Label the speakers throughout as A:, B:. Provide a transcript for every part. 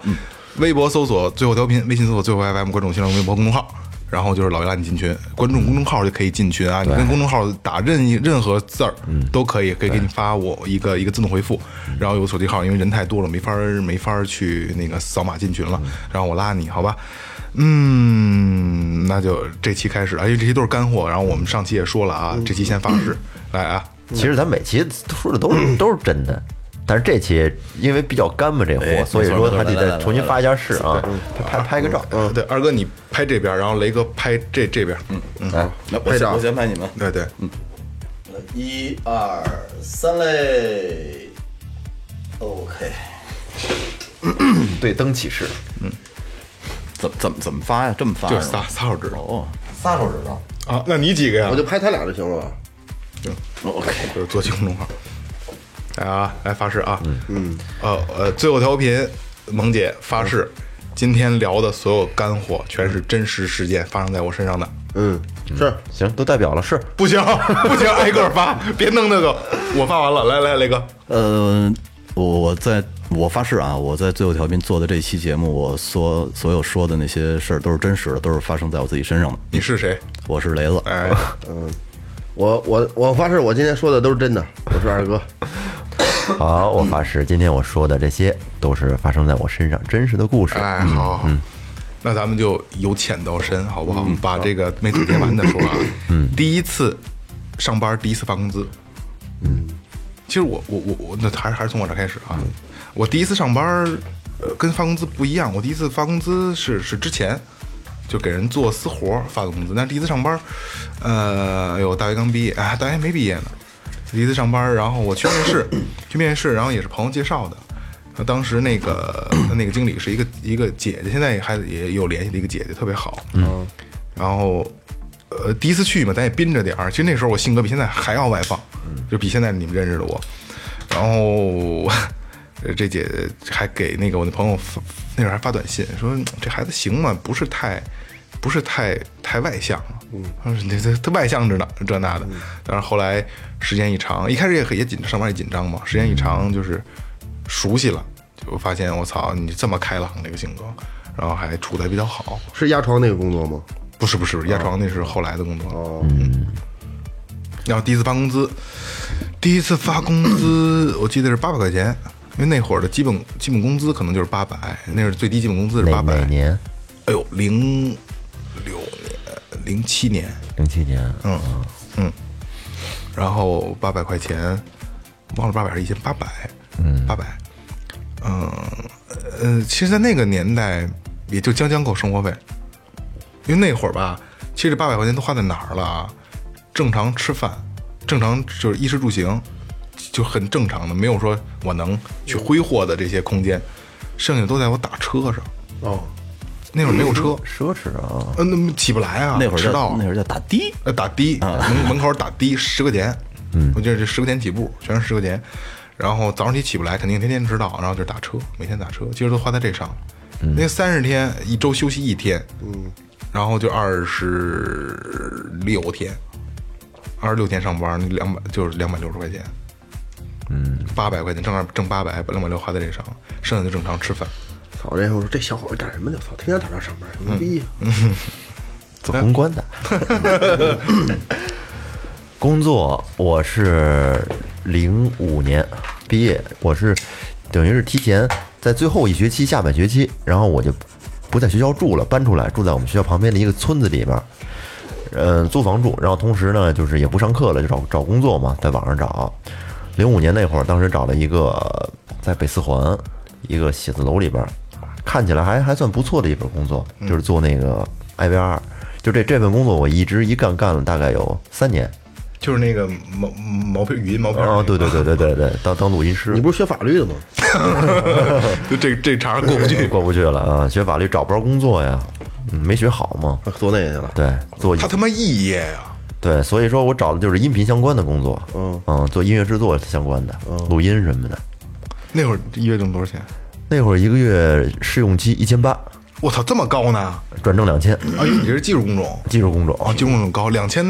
A: 微博搜索最后调频，微信搜索最后 FM，关注新浪微博公众号。然后就是老袁，你进群，关注公众号就可以进群啊。你跟公众号打任意任何字儿都可以，可以给你发我一个一个自动回复。然后有手机号，因为人太多了，没法儿没法儿去那个扫码进群了。然后我拉你，好吧？嗯，那就这期开始啊，因为这期都是干货。然后我们上期也说了啊，这期先发誓，来啊，
B: 嗯
C: 其实咱每期说的都 是都是真的，但是这期因为比较干嘛这
B: 哎
C: 货，所以
B: 没错
C: 说
B: 没错
C: 还得
B: 来来来嗯
C: 再重新发一下誓啊，拍拍拍个照。
A: 嗯，对，二哥你拍这边，然后雷哥拍这这边，嗯嗯，
B: 来，我先我先拍你们，
A: 对对，
B: 一二三嘞，OK，
C: 对灯起誓，
B: 怎么怎么怎么发呀？这么发
A: 就
B: 呀？
A: 仨仨手指头
B: 哦，仨手指头
A: 啊。那你几个呀
D: 我？就拍他俩就行了吧？
B: ，OK，
A: 就是做公众号。来啊，来发誓啊！嗯，呃呃，最后调频，萌姐发誓，今天聊的所有干货全是真实事件发生在我身上的。
D: 嗯，是
C: 行，都代表了是。
A: 不行不行，挨个发，别弄那个。我发完了，来来，雷哥，
B: 呃，我我在我发誓啊，我在最后调频做的这期节目，我所所有说的那些事儿都是真实的，都是发生在我自己身上的。
A: 你是谁？
B: 我是雷子，
A: 哎，
D: 我我我发誓，我今天说的都是真的。我是二哥，
C: 好，我发誓，今天我说的这些都是发生在我身上真实的故事。
A: 哎，好，好那咱们就由浅到深，好不好？把这个没总结完的说啊。嗯，第一次上班，第一次发工资。嗯，其实我我我我，那还是还是从我这开始啊。我第一次上班，呃，跟发工资不一样。我第一次发工资是是之前。就给人做私活儿发工资，但是第一次上班，呃，哎呦，大学刚毕业，啊，大学没毕业呢，第一次上班，然后我去面试，去面试，然后也是朋友介绍的。呃当时那个那个经理是一个一个姐姐，现在还也有联系的一个姐姐，特别好。嗯，然后呃，第一次去嘛，咱也憋着点儿。其实那时候我性格比现在还要外放，就比现在你们认识的我。然后呃这姐还给那个我那朋友发，那时候还发短信说这孩子行吗？不是太不是太太外向了，嗯，这这他外向着呢，这那的。但是后来时间一长，一开始也很也紧张，上班也紧张嘛。时间一长就是熟悉了，就发现我操，你这么开朗这个性格，然后还处的比较好。
D: 是压床那个工作吗？
A: 不是不是，
C: 啊
A: 压床那是后来的工作。
D: 哦，
A: 然后第一次发工资，第一次发工 资，我记得是八百块钱，因为那会儿的基本基本工资可能就是八百，那是最低基本工资是
C: 哪
A: 八百
C: 哪。年？
A: 哎呦，零六年、零七年，
C: 零七年。
A: 嗯嗯，然后八百块钱，忘了八百还是一千八百，嗯，八百，嗯呃，其实，在那个年代也就将将够生活费，因为那会儿吧，其实八百块钱都花在哪儿了啊？正常吃饭，正常就是衣食住行，就很正常的，没有说我能去挥霍的这些空间，剩下都在我打车上。
D: 哦，
A: 那会儿没有车，呃
C: 奢侈啊！
A: 嗯，那么起不来啊，
B: 那会儿
A: 迟
B: 叫
A: 到啊，
B: 那会儿叫打的，
A: 呃，打的，门门口打的十块钱，嗯，我记得这十块钱起步，全是十块钱。然后早上你起不来，肯定天天迟到，然后就是打车，每天打车，其实都花在这上了。那三十天一周休息一天，嗯，然后就二十六天，二十六天上班，那两百就是两百六十块钱，嗯，八百块钱挣二挣八百，把两百六花在这上了，剩下就正常吃饭。
D: 操！这我说这小伙儿干什么呢？操，天天早上上班，牛逼呀！
C: 做公关的。 工作我是零五年毕业，我是等于是提前在最后一学期下半学期，然后我就不在学校住了，搬出来住在我们学校旁边的一个村子里边儿，嗯，租房住。然后同时呢，就是也不上课了，就找找工作嘛，在网上找。零五年那会儿，当时找了一个呃在北四环一个写字楼里边儿，看起来还还算不错的一份工作，就是做那个 IVR。就这这份工作，我一直一干干了大概有三年。
A: 就是那个毛毛片语音毛片
C: 哦，对对对对对对，当当录音师
D: 你不是学法律的吗？
A: 对， 就这这茬儿过不去。
C: 过不去了啊，学法律找不着工作呀，嗯没学好嘛，
D: 做那个去了。
C: 对，做
A: 他他妈一夜呀，
C: 对，所以说我找的就是音频相关的工作，嗯做音乐制作相关的，录音什么的。
A: 那会儿一月挣多少钱？
C: 那会儿一个月试用期一千八，
A: 我操，这么高呢？
C: 转正两千，
A: 啊，因为你这是技术工种
C: 技术工种，
A: 啊，技术工种高，两千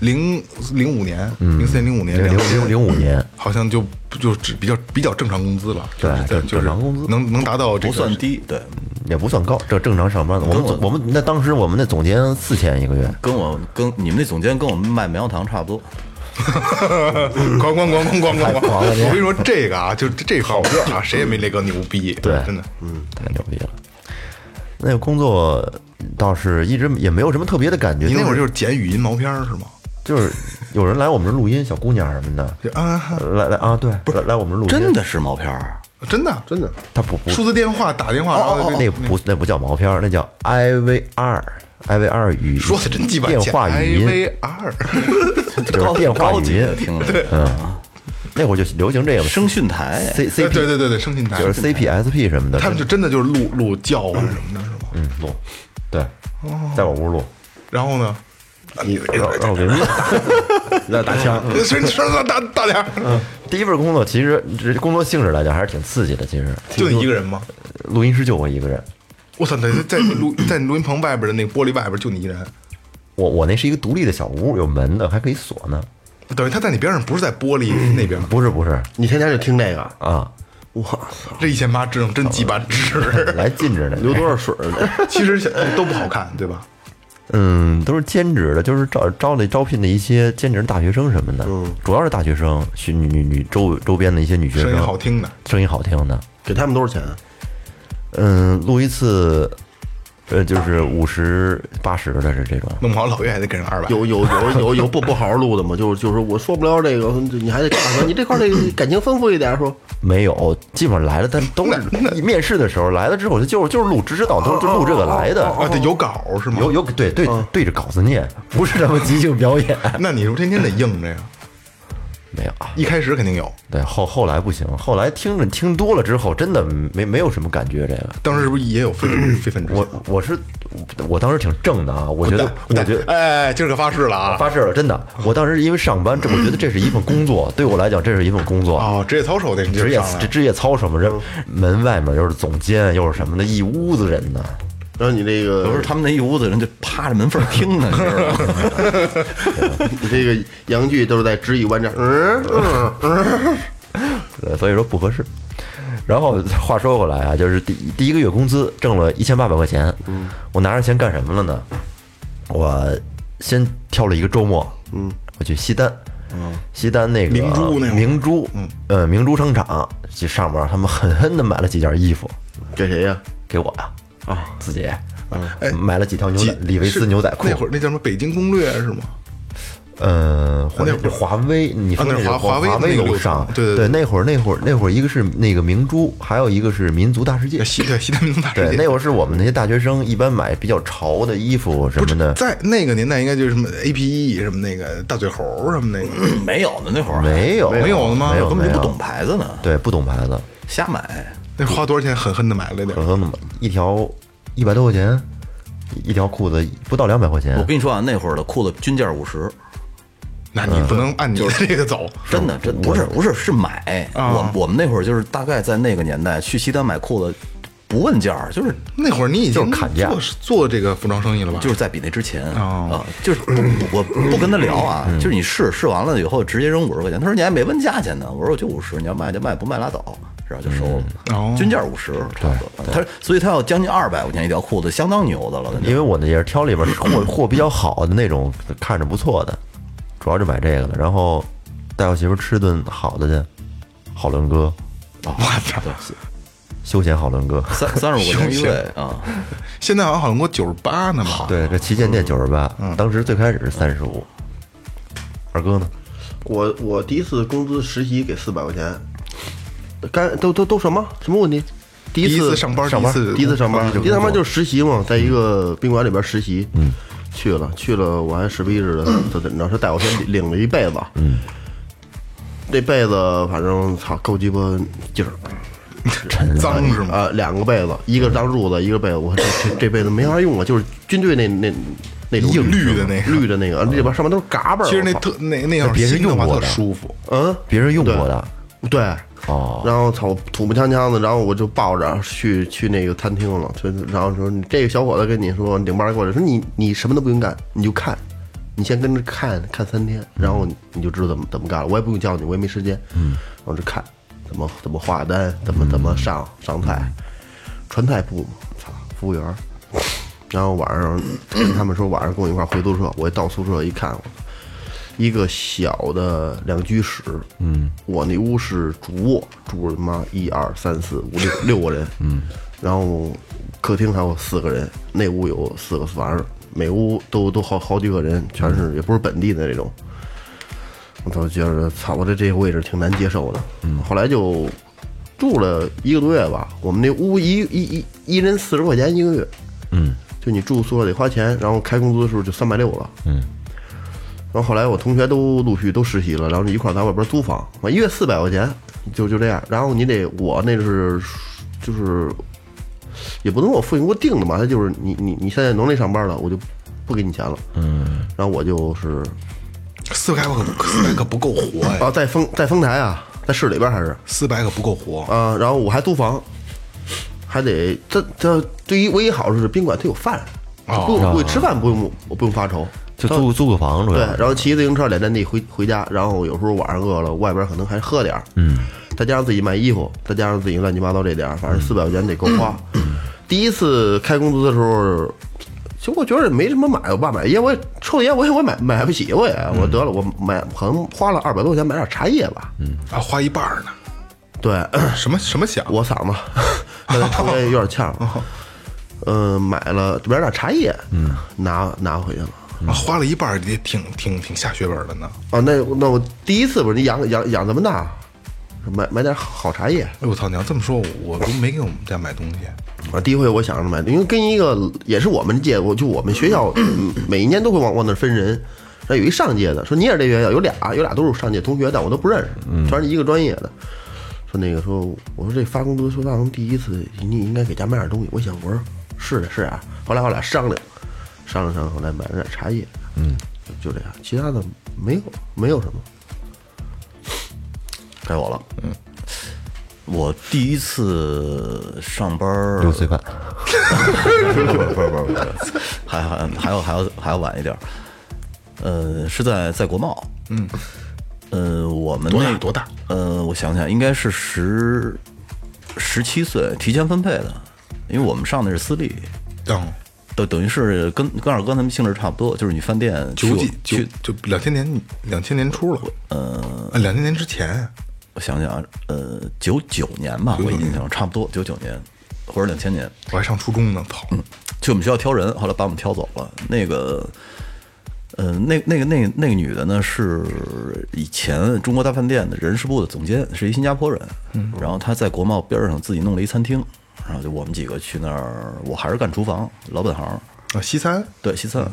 A: 零零五年，零四年零五年，
C: 嗯零
A: 两
C: 零零五年，
A: 好像就就只比较比较正常工资了，
C: 对
A: 就是在
C: 正
A: 就是
C: 正常工资
A: 能能达到这
B: 不
A: 个
B: 算 低，对，
C: 也不算高，这正常上班的。我们总我们那当时我们那总监四千一个月，
B: 跟我跟你们那总监跟我们卖棉花糖差不多。
A: 咣咣咣咣咣咣咣！
C: 狂了
A: 我跟你说这个啊，就这这块儿我觉得啊，谁也没雷哥牛逼，
C: 对
A: 真的。
C: 太牛逼了。那个工作倒是一直也没有什么特别的感觉，
A: 你那会儿
C: 就
A: 就是是剪语音毛片儿是吗？
C: 就是有人来我们这录音，小姑娘什么的，
A: 就啊，
C: 来来啊，对，来来我们录音，
B: 真的是毛片儿，
A: 真的
D: 真的，
C: 他不不，
A: 数字电话打电话，然后
C: 那不那不叫毛片儿，那叫 IVR。IVR 语
A: 说的真鸡巴
C: 电
A: 贱
C: 话语音，
A: ，IVR
C: 就是电话
B: 高
C: 语
B: 级的
C: 音。
B: 听着，嗯，
C: 那会儿就流行这个
B: 声讯台
C: C
A: 对
C: C
A: 对
C: P，
A: 对对对，声信台
C: 就是 C P S P 什么的。
A: 他们就真的就是录录叫唤什么的，是吗？
C: 嗯录，对，在我屋录，
A: 然后呢，
D: 你
C: 让让我给哦啊你
D: 那打枪，
A: 声声大大点儿，
C: 嗯第一份工作其实这工作性质来讲还是挺刺激的。其实
A: 就你一个人吗？
C: 录音师就我一个人，
A: 我操，在在你录在你录音棚外边的那个玻璃外边就你一人，
C: 我我那是一个独立的小屋，有门的，还可以锁呢。
A: 等于他在你边上不是在玻璃那边。
C: 不是不是
D: 你天天就听这个，
C: 啊，
D: 我操，
A: 这一千八真真鸡巴值，
C: 来禁止呢。
D: 流多少水儿呢？
A: 其实都不好看，对吧？
C: 嗯，都是兼职的，就是招招的招聘的一些兼职大学生什么的，主要是大学生，学女女女周周边的一些女学
A: 嗯声
C: 生，
A: 音好听的，
C: 声音好听的，
D: 给他们多少钱啊？
C: 嗯，录一次，呃，就是五十八十的是这种，
A: 弄不好老岳还得给人二百。
D: 有有有有有不不好好录的吗？就是就是我说不了这个，你还得告诉他，你这块儿得感情丰富一点，说
C: 没有，基本上来了，但都是面试的时候来了之后，就就是就是录指指导，都就录这个来的，
A: 啊，对，有稿是吗？
C: 有有对对对着稿子念，不是他们即兴表演，
A: 那你是不是天天得硬着呀？
C: 没有啊。
A: 一开始肯定有，
C: 对后后来不行，后来听着听多了之后，真的没没有什么感觉。这个
A: 当时是不是也有非分非分之
C: 我
A: 想？
C: 我是我当时挺正的啊，我觉得我觉得
A: 哎，今儿可发誓了啊！
C: 发誓了，真的，我当时因为上班，这我觉得这是一份工作，对我来讲这是一份工作。
A: 哦，职业操守那
C: 职
A: 职啊嗯
C: 业
A: 上来
C: 职
A: 了，
C: 职业操守嘛，这门外面又是总监，又是什么的，一屋子人呢。
D: 然后你这个
B: 不是他们那一屋子人就趴着门缝儿听呢，你知道吗？
D: 你这个洋剧都是在知语万丈，嗯嗯
C: 呃，所以说不合适。然后话说回来啊，就是第第一个月工资挣了一千八百块钱，
A: 嗯
C: 我拿着钱干什么了呢？我先挑了一个周末，嗯，我去西单，嗯，西单那个
A: 明珠那会儿
C: 明珠，嗯，呃，明珠商场去上面，他们狠狠的买了几件衣服
D: 给谁呀？
C: 给我呀，啊，自己，
A: 哎
C: 买了几条牛仔
A: 几
C: 李维斯牛仔裤
A: 那，会儿那叫什么《北京攻略》是吗？
C: 嗯，华
A: 那会儿
C: 华为，你说
A: 啊那是
C: 个
A: 华
C: 华
A: 华为那
C: 为
A: 个
C: 有
A: 流程
C: 上，
A: 对对
C: 对，那会儿那会儿那会儿，一个是那个明珠，还有一个是民族大世界
A: 叫。西对西单民族大世
C: 对，
A: 界。
C: 那会儿是我们那些大学生一般买比较潮的衣服什么的，
A: 在那个年代，应该就是什么 A P E 什么那个大嘴猴什么那 个，
B: 没有呢，那会儿
C: 没有
A: 没有了吗
C: 没有，
B: 根本就
C: 没有
B: 不懂，牌子呢，
C: 对，不懂牌子，
B: 瞎买。
A: 那花多少钱狠狠的买了点
C: 可。能那么一条一百多块钱，一条裤子不到两百块钱
B: 我，跟你说啊，那会儿的裤子均价五十，
A: 那你不能
C: 嗯
A: 按你的这个 走。
B: 真的，这不是不是是买。
A: 啊
B: 我我们那会儿就是大概在那个年代去西单买裤子，不问价儿，就是
A: 那会儿你已经
C: 就是砍价
A: 做做这个服装生意了吧？
B: 就是在比那之前
A: 哦嗯
B: 啊，就是不我不跟他聊啊，就是你试试完了以后直接扔五十块钱，他说你还没问价钱呢，我说我就五十，你要卖就卖，不卖拉倒，然后就收
A: 嗯哦
B: 了，均价五十差不多。他所以他要将近二百块钱一条裤子，相当牛的了。
C: 因为我呢也是挑里边儿 货货比较好的那种，看着不错的，主要就买这个了。然后带我媳妇儿吃顿好的去，好伦哥，
A: 我操！
C: 休闲好伦哥。
B: 三三十五块钱一位啊，
A: 现在好像好像给我九十八呢嘛。
C: 对，这旗舰店九十八，当时最开始是三十五。二哥呢？
D: 我我第一次工资实习给四百块钱，干都都都什么什么问题？第
A: 第一
D: 次
A: 次上班
D: 上班
A: 第一次
D: 第一次上班，
A: 第一次工作
D: 第一次上班就是实习嘛，在一个宾馆里边实习，嗯，去了去了，我还实逼似的，他怎么着？他带我先领了一被子，嗯，这被子反正操够鸡巴劲儿，
A: 脏是吗？
D: 啊，两个被子，一个当褥子，一个被子，我这这这被子没法用啊，就是军队那那那种
A: 硬
D: 是
A: 绿的
D: 吗
A: 那个
D: 绿的那个，啊里边上面都是嘎巴儿，
A: 其实
D: 我
A: 那
D: 操
A: 特那那样
C: 别人
A: 新的话
C: 用过
A: 特
C: 的
A: 舒服。
D: 嗯，
C: 别人用过的，
D: 对，
C: 哦
D: 然后操，土木锵锵的，然后我就抱着去去那个餐厅了，去，然后说你这个小伙子跟你说领班过来，说你你什么都不用干，你就看，你先跟着看看三天，然后你你就知道怎么怎么干了，我也不用教你，我也没时间，嗯，然后就看怎么怎么画单，怎么怎么上上菜，传菜部嘛，操，服务员儿，然后晚上跟他们说晚上跟我一块儿回宿舍，我一到宿舍一看，我操一个小的两居室，嗯，我那屋是主卧，住他妈一二三四五六六个人，嗯， 然后客厅还有四个人，那屋有四个，反正每屋都都好好几个人，全是也不是本地的那种，我操，觉得操，我这这个位置挺难接受的，嗯，后来就住了一个多月吧，我们那屋一一一一人四十块钱一个月，嗯，就你住宿舍得花钱，然后开工资的时候就三百六了，嗯。然后后来我同学都陆续都实习了，然后就一块儿在外边租房，我一月四百块钱，就就这样。然后你得我那是就是也不能说我父亲给我定的嘛，他就是你你你现在能力上班了，我就不给你钱了。嗯，然后我就是
A: 四百可四百可不够活呀，
D: 啊，在丰在丰台啊，在市里边还是
A: 四百可不够活。
D: 啊，然后我还租房，还得这这对于唯一好处是宾馆它有饭，
A: 哦
D: 不我吃饭不用我不用发愁，
C: 就租租个房主
D: 对
C: 要，
D: 然后骑自行车两站地回回家，然后有时候晚上饿了，外边可能还喝点儿，嗯，再加上自己卖衣服，再加上自己乱七八糟这点儿，反正四百块钱得够花。第一次开工资的时候，其实我觉得也没什么买，我爸买烟，我也抽烟，我也我也买买不起，我也我得了，我买可能花了二百多块钱买点茶叶吧，嗯，
A: 啊，花一半儿呢。
D: 对，
A: 什么什么响？
D: 我嗓子刚才抽烟有点呛，嗯，买了买点茶叶，哦嗯，拿拿回去了。
A: 啊，花了一半儿也挺挺挺下血本儿的呢。
D: 啊，那那我第一次不是你养养养这么大，买买点好茶叶。
A: 哎我操！你要这么说，我都没给我们家买东西。
D: 啊，第一回我想着买，因为跟一个也是我们届，我就我们学校嗯每一年都会往往那儿分人。那有一上届的说你也是这学校，有俩有俩都是上届同学，但我都不认识，全是一个专业的。说那个说，我说这发工资说大龙第一次，你应该给家买点东西。我想我说是的是啊，后来我俩商量商量商量，后来买了点茶叶，嗯，就这样，其他的没有没有什么。
B: 该我了。嗯，我第一次上班儿
C: 六岁半，
B: 不是不是不是， 还还还要还要还要晚一点儿。呃，是在在国贸，嗯，呃，我们
A: 多
B: 那
A: 大多大？
B: 呃，我想想，应该是十十七岁提前分配的，因为我们上的是私立，
A: 嗯，
B: 哦等等于是跟跟二哥他们性质差不多，就是你饭店去
A: 九
B: 我
A: 几九
B: 去，
A: 就两千年两千年初了。呃，两千年之前，
B: 我想想，啊，呃，九九年吧，我印象差不多，九九年或者两千年，
A: 我还上初中呢。操！
B: 去我们学校挑人，后来把我们挑走了。那个，呃，那那个那个那个女的呢，是以前中国大饭店的人事部的总监，是一新加坡人。嗯，然后她在国贸边上自己弄了一餐厅，然后就我们几个去那儿，我还是干厨房，老本行，
A: 啊，西餐
B: 对西餐，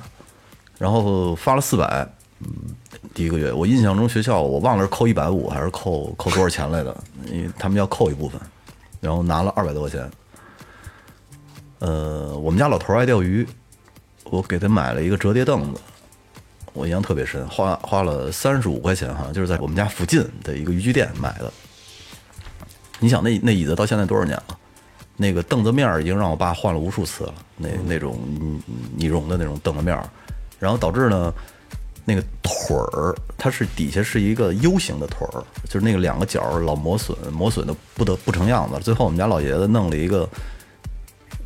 B: 然后发了四百。嗯第一个月，我印象中学校我忘了是扣一百五还是扣扣多少钱来的，因为他们要扣一部分，然后拿了二百多块钱。呃，我们家老头儿爱钓鱼，我给他买了一个折叠凳子，我印象特别深，花花了三十五块钱，好像就是在我们家附近的一个渔具店买的。你想那那椅子到现在多少年了？那个凳子面儿已经让我爸换了无数次了，那那种你你绒的那种凳子面儿，然后导致呢，那个腿儿它是底下是一个 U 型的腿儿，就是那个两个角儿老磨损，磨损的不得不成样子了。最后我们家老爷子弄了一个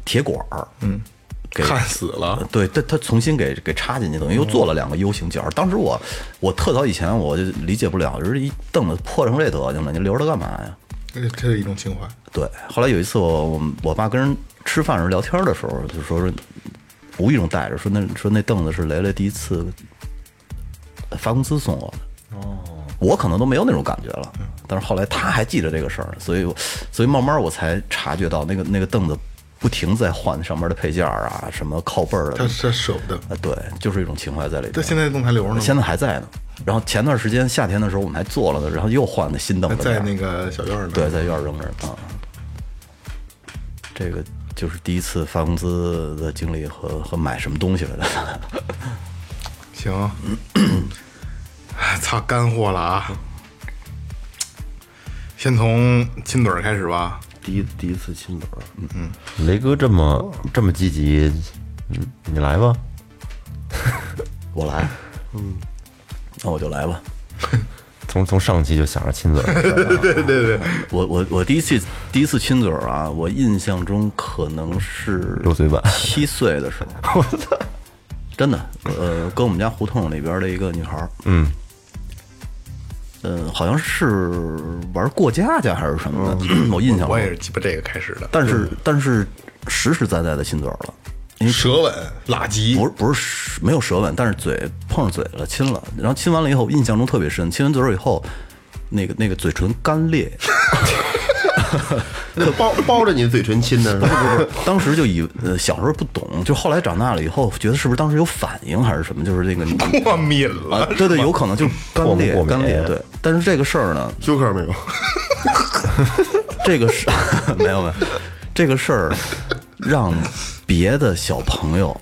B: 铁管儿，嗯，给嗯
A: 焊死了，
B: 对，他他重新给给插进去，等于又做了两个 U 型角。当时我我特早以前我就理解不了，就是一凳子破成这德行了，你留着它干嘛呀？
A: 这这是一种情怀。
B: 对，后来有一次我我我爸跟人吃饭时候聊天的时候，就说说无意中带着说那说那凳子是雷雷第一次发工资送我的。哦，我可能都没有那种感觉了，但是后来他还记着这个事儿，所以我所以慢慢我才察觉到那个那个凳子不停在换上面的配件儿啊，什么靠背儿
A: 他
B: 的，
A: 他舍不得，
B: 啊，对，就是一种情怀在里
A: 他
B: 边。呃
A: 现在动还留着呢吗，
B: 现在还在呢。然后前段时间夏天的时候我们还做了呢，然后又换的新凳
A: 还
B: 子，
A: 在那个小院儿呢。
B: 对，在院儿扔着啊。这个就是第一次发工资的经历和和买什么东西来的。
A: 行，哎 操，干货了啊！
B: 嗯
A: 先从亲嘴儿开始吧。
D: 第一第一次亲嘴儿，
C: 雷哥这么这么积极，嗯，你来吧。
B: 我来，嗯，那我就来吧。
C: 从从上期就想着亲嘴儿，
B: 我我我第一次第一次亲嘴儿啊，我印象中可能是
C: 溜嘴板
B: 七岁的时 候，真的，呃，跟我们家胡同里边的一个女孩，嗯，呃，好像是玩过家家还是什么的，我印象中
A: 我也是鸡巴这个开始的，
B: 哦但是但是实实在在的亲嘴儿了，
A: 舌吻、拉吉
B: 不，是不是没有舌吻，但是嘴碰上嘴了，亲了，然后亲完了以后，印象中特别深，亲完嘴儿以后，那个那个嘴唇干裂，
D: 那包包着你的嘴唇亲的是吧？
B: 当时就以呃小时候不懂，就后来长大了以后，觉得是不是当时有反应还是什么，就是 那个
A: 过敏
B: 啊
A: 了，，
B: 对对，有可能就是干裂
C: 过敏
B: 干裂，对，但是这个事儿呢，
D: 休克没有？
B: 这个事 没有没有，这个事儿让别的小朋友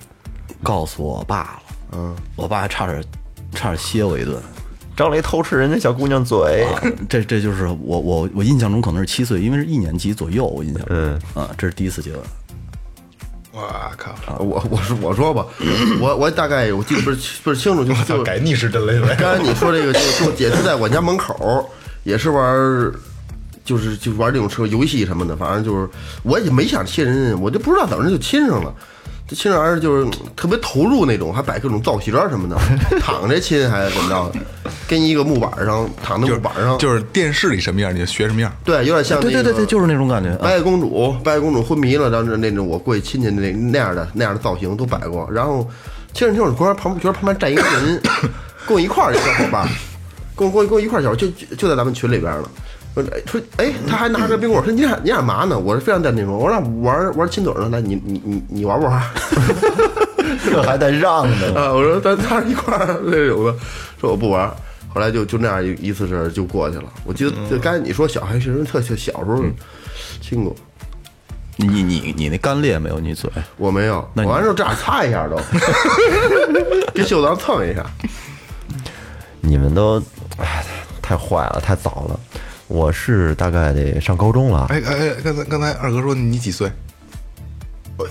B: 告诉我爸了，嗯，我爸还差点差点歇我一顿。
C: 张雷偷吃人家小姑娘 嘴，
B: 啊这这就是我我我印象中可能是七岁，因为是一年级左右，我印象中，
D: 嗯
B: 啊，这是第一次接吻，
A: 我靠！
D: 啊我我说我说吧，我我大概我记得不是不是清 楚，就
A: 我操，
D: 就
A: 改逆时针了，现在
D: 刚才你说这个，就就姐是在我家门口，也是玩儿，就是就玩这种车游戏什么的，反正就是我也没想亲人，我就不知道怎么着就亲上了。这亲上还是就是嗯特别投入那种，还摆各种造型儿什么的，躺着亲还是怎么着的，跟一个木板儿上躺在木板儿上，
A: 就是电视里什么样你就学什么样。
D: 对，有点像、那
B: 对
D: 个、哎
B: 对对对，就是那种感觉，啊
D: 白雪公主，白雪公主昏迷了，当时那种我过去亲亲那那样的那样的造型都摆过，然后亲着亲着，公园旁边觉得旁边站一个人，跟我一块儿的小伙伴，跟我跟我跟我一块儿小，就就就在咱们群里边了。说哎说哎，他还拿着冰棍儿说你俩你俩嘛呢？我是非常淡定说，我俩玩玩亲嘴呢。那你你你你玩不玩？
C: 这还得让呢。
D: 啊，我说咱仨人一块儿那种的，说我不玩儿。后来就就那样一一次事儿就过去了。我记得就刚才你说小孩学生特小小时候亲过。
B: 你你你那干裂没有？你嘴
D: 我没有，
B: 那
D: 我
B: 你
D: 完之后这样擦一下都， 跟袖子上蹭一下。
C: 你们都哎太坏了，太早了。我是大概得上高中了，
A: 哎哎，哎刚才刚才二哥说你几岁？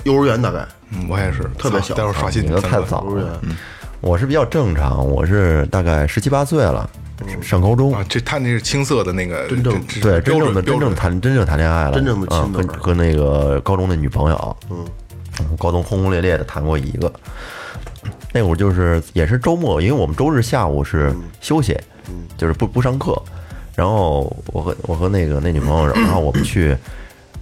D: 幼儿园大概，
A: 嗯，我也是，
D: 特别
A: 操
D: 小
A: 待会儿刷新
C: 你都太早
D: 幼儿
C: 了
D: 园。
C: 我是比较正常，我是大概十七八岁了，上高中
A: 啊！这他那是青涩的那个
D: 真正
A: 这
C: 对，
A: 这
C: 真正的
A: 标
C: 真
A: 准
C: 正谈真正谈恋爱了，
D: 真正的亲
C: 啊
D: 嘴儿
C: 和和那个高中的女朋友，嗯，高中轰轰烈烈的谈过一个。那会儿就是也是周末，因为我们周日下午是
D: 嗯
C: 休息，就是不不上课。然后我和我和那个那女朋 友，然后我们去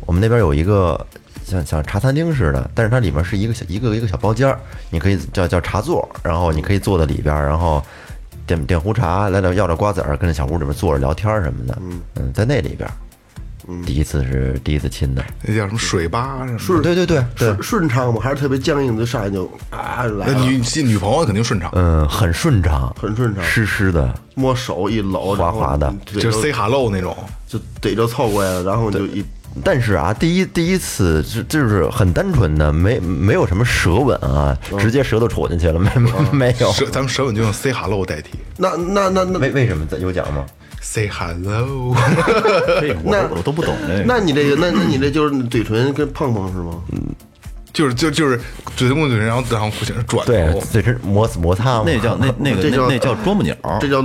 C: 我们那边有一个像像茶餐厅似的，但是它里面是一个小一个一个小包间儿，你可以叫叫茶座，然后你可以坐在里边儿，然后点点壶茶，来点要点瓜子儿，跟着小屋里面坐着聊天儿什么的。嗯，在那里边儿，第一次是第一次亲的，
A: 那叫什么水吧啊什么的？
D: 顺
C: 对对对对
D: 顺，顺畅吗？还是特别僵硬的，上来就啊来
A: 那
D: 了，
A: 女女朋友肯定顺畅，
C: 嗯，很顺畅，
D: 很顺畅
C: 湿湿的，
D: 摸手一搂，然后
C: 滑滑的
D: 嘴
A: 就是
D: 就
A: say hello 那种。
D: 就嘴就凑过来了，然后就一
C: 但是啊，第一第一次就就是很单纯的，没没有什么舌吻啊，直接舌头戳进去了，没没有。
A: 舌咱们舌吻就用 say hello 代替
D: 那那那那
C: 为为什么咱有讲吗？
A: say hello，
B: 这个我
D: 那
B: 都我都不懂这个。
D: 那你这个，那那你这就是嘴唇跟碰碰是吗？
A: 就是就就是嘴唇过嘴唇，然后然后互相转头。
C: 对，嘴唇摩摩擦嘛，
B: 那叫那那个
D: 这叫
B: 那那叫啄木鸟，
D: 这叫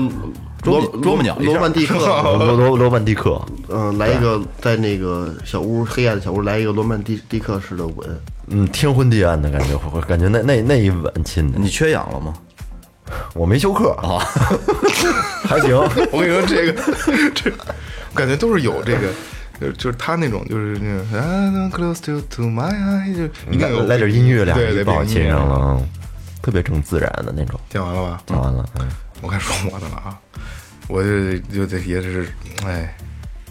D: 罗
B: 啄木啄木鸟一下
D: 罗曼蒂克。
C: 罗罗罗曼蒂克。
D: 嗯，来一个在那个小屋黑暗的小屋来一个罗曼蒂蒂克式的吻，
C: 嗯，天昏地暗的感觉，我感觉那那那一吻亲的，
B: 你缺氧了吗？
C: 我没休克 啊，还行。
A: 我跟你说这个这，感觉都是有这个。就就是他那种，就是那种 I'm close to to my eye，就应该有
C: 来点音乐俩
A: 对对，
C: 人抱
A: 配音
C: 亲
A: 乐
C: 上了，啊，特别正自然的那种。
A: 讲完了吧？
C: 讲完了，嗯，
A: 我该说我的了啊，我就就得也是，哎，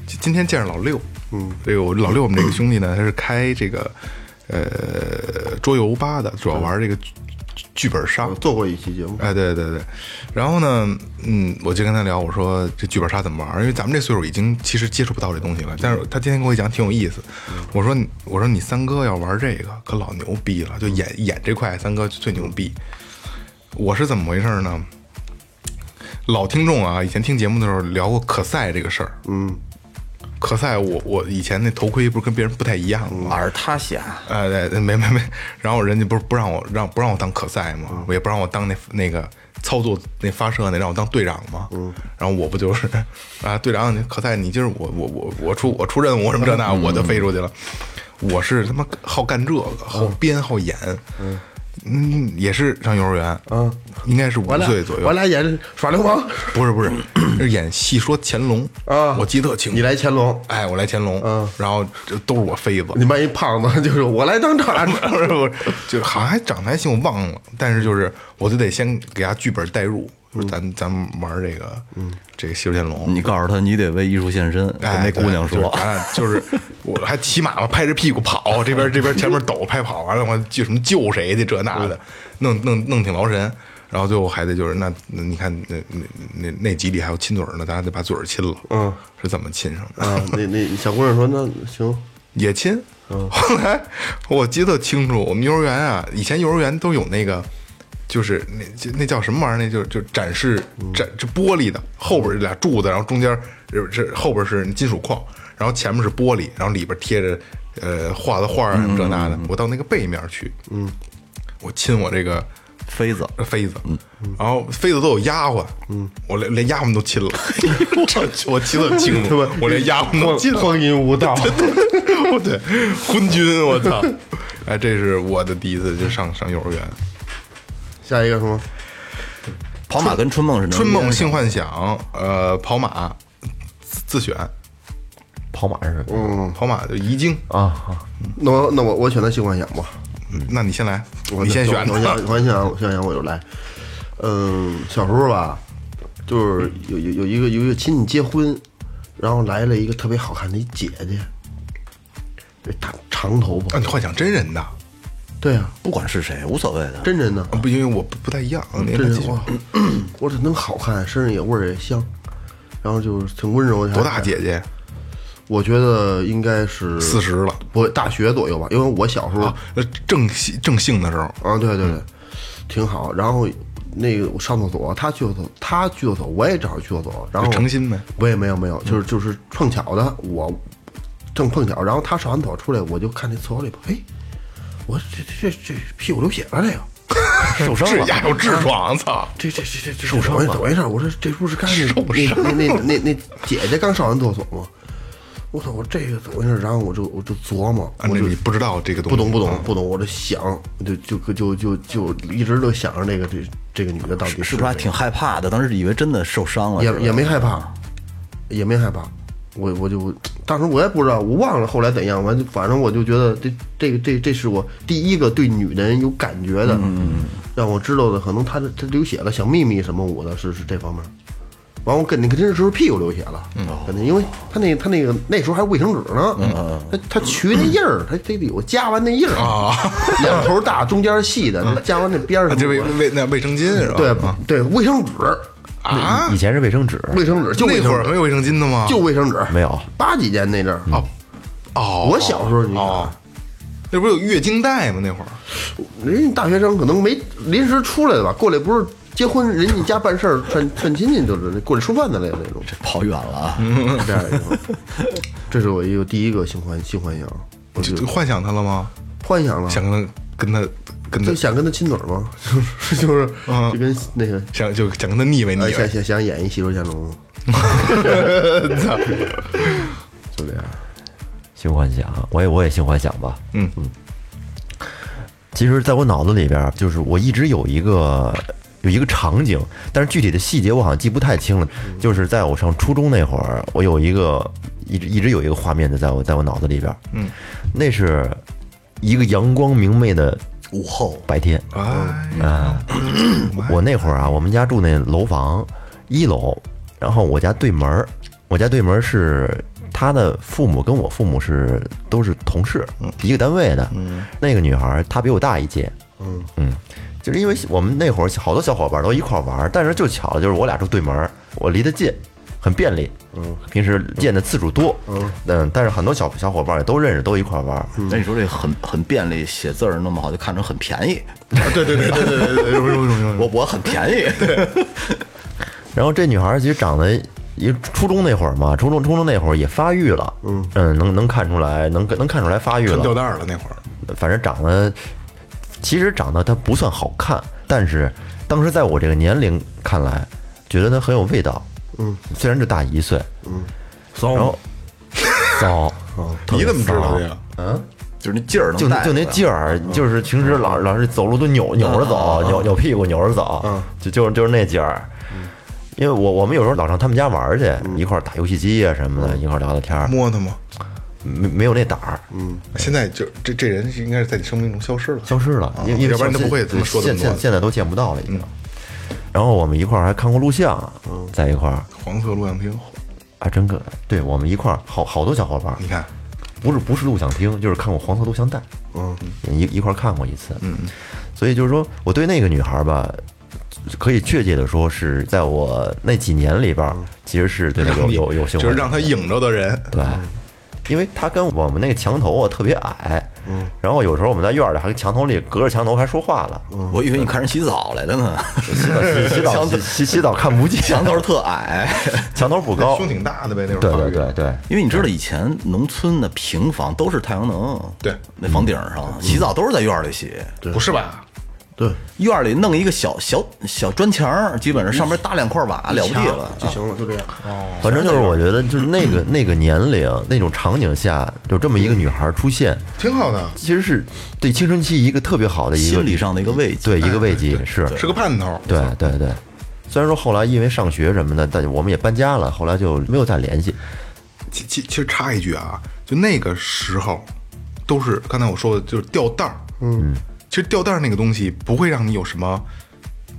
A: 今今天见着老六，嗯，这个我老六我们这个兄弟呢，他是开这个呃桌游吧的，主要玩这个剧剧本杀
D: 啊我，做过一期节目。
A: 哎，对对对，然后呢，嗯，我就跟他聊，我说这剧本杀怎么玩？因为咱们这岁数已经其实接触不到这东西了。但是他今天跟我讲挺有意思，我说你我说你三哥要玩这个可老牛逼了，就演演这块三哥最牛逼。我是怎么回事呢？老听众啊，以前听节目的时候聊过可赛这个事儿，嗯，可赛我我以前那头盔不是跟别人不太一样
D: 嗯
A: 吗？
B: 尔他霞，
A: 呃，对，对没没没，然后人家不是不让我让不让我当可赛嘛，
D: 嗯
A: 我也不让我当那那个操作那发射那让我当队长嘛，
D: 嗯
A: 然后我不就是啊队长你可赛你今儿我我我我出我出任务什么这
D: 嗯
A: 那我就飞出去了，我是他妈好干这个好编好演，嗯，也是上幼儿园，嗯，应该是五
D: 我俩
A: 岁左右
D: 我，俩演耍流氓，
A: 不是 不是，是演戏说乾隆
D: 啊
A: 我记得特清楚，
D: 你来乾隆，
A: 哎我来乾隆，
D: 嗯
A: 然后这都是我飞子，
D: 你扮一胖子， 就是我来 当啊厂长。
A: 不是不是， 就好像还长得还行，我忘了。但是就是，我就得先给他剧本带入，就是咱咱们玩这个，嗯，这个《西游天龙》。
B: 你告诉他你得为艺术献身，跟
A: 哎，
B: 那姑娘
A: 对
B: 说，
A: 就是咱俩 就是我还骑马嘛，拍着屁股跑，这边这边前面抖拍跑，完了我就什么救谁去这那的，弄弄弄挺劳神。然后最后还得就是那那你看那那那那集里还有亲嘴儿呢，咱还得把嘴儿亲了。嗯，是怎么亲上的？
D: 啊，那那小姑娘说那行，
A: 也亲。 后来我记得清楚，我们幼儿园啊，以前幼儿园都有那个，就是那就那叫什么玩意儿？那就是就展示展这玻璃的，后边是俩柱子，然后中间是是后边是金属框，然后前面是玻璃，然后里边贴着呃画的画啊什么这那的。我到那个背面去，嗯，我亲我这个。
B: 妃子，
A: 妃子，然后妃子都有丫鬟，嗯，我连连丫鬟都亲了，我我亲的清楚，我连丫鬟都亲了，
D: 荒淫无道。
A: 我 对，昏君，我操！ 哎，这是我的第一次就上上幼儿园，
D: 下一个什么？
B: 跑马跟春梦是
A: 《
B: 能
A: 春梦
B: 连
A: 性幻想》呃，跑马自自选，
C: 跑马是什么
D: 嗯
A: 跑马就遗精。
C: 啊啊？
D: 那我那我我选择性幻想吧。
A: 那你先来，
D: 嗯我
A: 你先
D: 我
A: 选啊
D: 我 想我想我想我就来。嗯，小时候吧，就是有有有一个有一个亲戚结婚，然后来了一个特别好看的一姐姐，这大长头
A: 啊，
D: 发。
A: 你幻想真人的，啊
D: 对啊，
B: 不管是谁无所谓的，
D: 真人呢，
A: 不，因为我不不太一样。您
D: 嗯真
A: 继
D: 人
A: 续
D: 哇， 我这能好看，身上也味儿也香，然后就是挺温柔的。
A: 多大？姐啊姐？
D: 我觉得应该是
A: 四十了
D: 不大学左右吧，因为我小时候
A: 啊，嗯呃正性正性的时候，
D: 啊，对对对，挺好。然后那个我上厕所，他去厕所，他去厕所，我也找他去厕所，然后
A: 就诚心呗。嗯
D: 我也没有没有，就是就是碰巧的，我正碰巧，然后他上完澡出来，我就看那厕所里边，哎，我说这这这这屁股流血了，这个。
C: 受伤
A: 这
C: 了，
A: 丫有痔
D: 嗯
A: 疮，操！
D: 这这这这这受伤了，怎么回事？我说这不是刚才那那那那那姐姐刚上完厕所吗？我操！我这个怎么回事？然后我就我就琢磨，
A: 啊，
D: 我
A: 那
D: 就
A: 你不知道这个东西，啊
D: 不懂不懂不懂，我这想就就就就就一直都想着这个这这个女的到底
B: 是不
D: 谁
B: 是还挺害怕的？当时以为真的受伤
A: 啊
B: 了，
D: 也
B: 是吧
D: 也没害怕，也没害怕。我我就当时我也不知道，我忘了后来怎样，完就反正我就觉得这这个这这是我第一个对女人有感觉
A: 嗯
D: 的，让我知道的可能她的她流血了，小秘密什么我的是是这方面。完，我跟你肯定是不是屁股流血了，
A: 嗯哦
D: 肯定，因为他那他那个那时候还有卫生纸呢，他他取那印儿，他得有夹完那印儿
A: 嗯啊，
D: 两头大中间细的，夹完那边儿
A: 啊
D: 上，
A: 这卫卫那卫生巾是吧？
D: 对
A: 啊
D: 对卫生纸，
A: 啊
C: 以，前是卫生纸，
D: 卫生纸就卫
A: 那
D: 生
A: 会
D: 纸
A: 啊儿没有卫生巾的吗？
D: 就卫生纸，
C: 没有
D: 八几年那阵儿
A: 哦，哦，
D: 我小时候你看
A: 哦，那不是有月经带吗？那会儿
D: 人家大学生可能没临时出来的吧，过来不是结婚，人家家办事儿串串亲戚就是过来吃饭的那那种，
B: 跑远了啊！
A: 嗯
D: 这样一个，这是我一个第一个性幻性幻想，我
A: 就
D: 就
A: 就幻想他了吗？
D: 幻想
C: 啊
D: 了，
A: 想跟他跟他跟他
D: 就想跟他亲嘴儿嘛， 就是就是
A: 嗯
D: 就跟那个
A: 想就想跟他腻
C: 哎
A: 歪腻
D: 呃想
A: 歪，
D: 想想演一戏说乾隆，就这样，
C: 性幻想，我也我也性幻想吧。
A: 嗯
C: 嗯。其实，在我脑子里边儿，就是我一直有一个有一个场景，但是具体的细节我好像记不太清了。就是在我上初中那会儿，我有一个一直一直有一个画面的，在我在我脑子里边。
A: 嗯，
C: 那是一个阳光明媚的
B: 午后
C: 白天。
A: 哎呀，
C: 我那会儿啊，我们家住那楼房一楼，然后我家对门儿，我家对门儿是他的父母跟我父母是都是同事，一个单位的。那个女孩儿她比我大一届，嗯就是因为我们那会儿好多小伙伴都一块儿玩儿，但是就巧了，就是我俩住对门儿，我离得近，很便利。嗯，平时见的次数多。嗯但是很多小小伙伴也都认识，都一块儿玩儿。
B: 那你说这很很便利，写字儿那么好，就看着很便宜。
A: 对对对对对对对，有有有有
B: 我我很便宜，对，
C: 然后这女孩儿其实长得也初中那会儿嘛，初中初中那会儿也发育了，嗯能能看出来，能能看出来发育
A: 穿吊
C: 了，
A: 带儿了那会儿，
C: 反正长得其实长得她不算好看，但是当时在我这个年龄看来，觉得她很有味道，嗯，虽然就大一岁，嗯，然 后骚，特
A: 哦你
C: 别
A: 怎么知道
C: 骚
A: 的呀？
B: 就是那劲儿能
C: 就那
B: 带
C: 就那劲儿，就是平时
A: 嗯
C: 老老是走路都扭扭着走，扭扭屁股扭着走，就就是就是那劲儿。
A: 嗯
C: 因为我我们有时候老上他们家玩儿去，一块儿打游戏机啊什么
A: 嗯
C: 的，一块儿聊聊天儿，
A: 摸他吗？
C: 没没有那胆儿，
A: 现在就这这人是应该是在你生命中消失了，
C: 哎消失了，因因为
A: 啊要不然他不会
C: 现
A: 这么说这
C: 现
A: 么多嗯
C: 现现在都见不到了已经。然后我们一块儿还看过录像，在一块儿
A: 黄色录像厅，
C: 啊，真个对我们一块儿好好多小伙伴儿，
A: 你看
C: 不是不是录像厅，就是看过黄色录像带，嗯，一一块儿看过一次，嗯，所以就是说我对那个女孩儿吧，可以确切的说是在我那几年里边儿，其实是对她嗯有有有兴趣，
A: 就是让他影着的人，
C: 对，因为她跟我们那个墙头啊特别矮，嗯，然后有时候我们在院儿里还跟墙头里隔着墙头还说话了，
B: 我以为你看人洗澡来了呢，
C: 洗澡洗 洗澡洗洗洗澡看不见，
B: 墙头特矮。
C: 墙头不高，
A: 胸挺大的呗，那会
C: 哦对对
A: 儿
C: 对对，
B: 因为你知道以前农村的平房都是太阳能，
A: 对嗯
B: 那房顶上洗澡都是在院儿里洗，
A: 对，不是吧？
D: 对，
B: 院儿里弄一个小小小砖墙儿，基本上上面搭两块瓦，
A: 嗯
B: 了不地了。啊
D: 就行了，就这样。
C: 反正就是我觉得就是那个那个年龄那种场景下有这么一个女孩儿出现。
A: 挺好的，
C: 其实是对青春期一个特别好的一个
B: 心理上的一个慰藉
C: 对一
D: 哎
C: 个慰藉是，
A: 是个盼头，
C: 对对对。虽然说后来因为上学什么的，但我们也搬家了，后来就没有再联系。
A: 其其其实插一句啊，就那个时候，都是刚才我说的，就是吊带儿。嗯，其实吊带儿那个东西不会让你有什么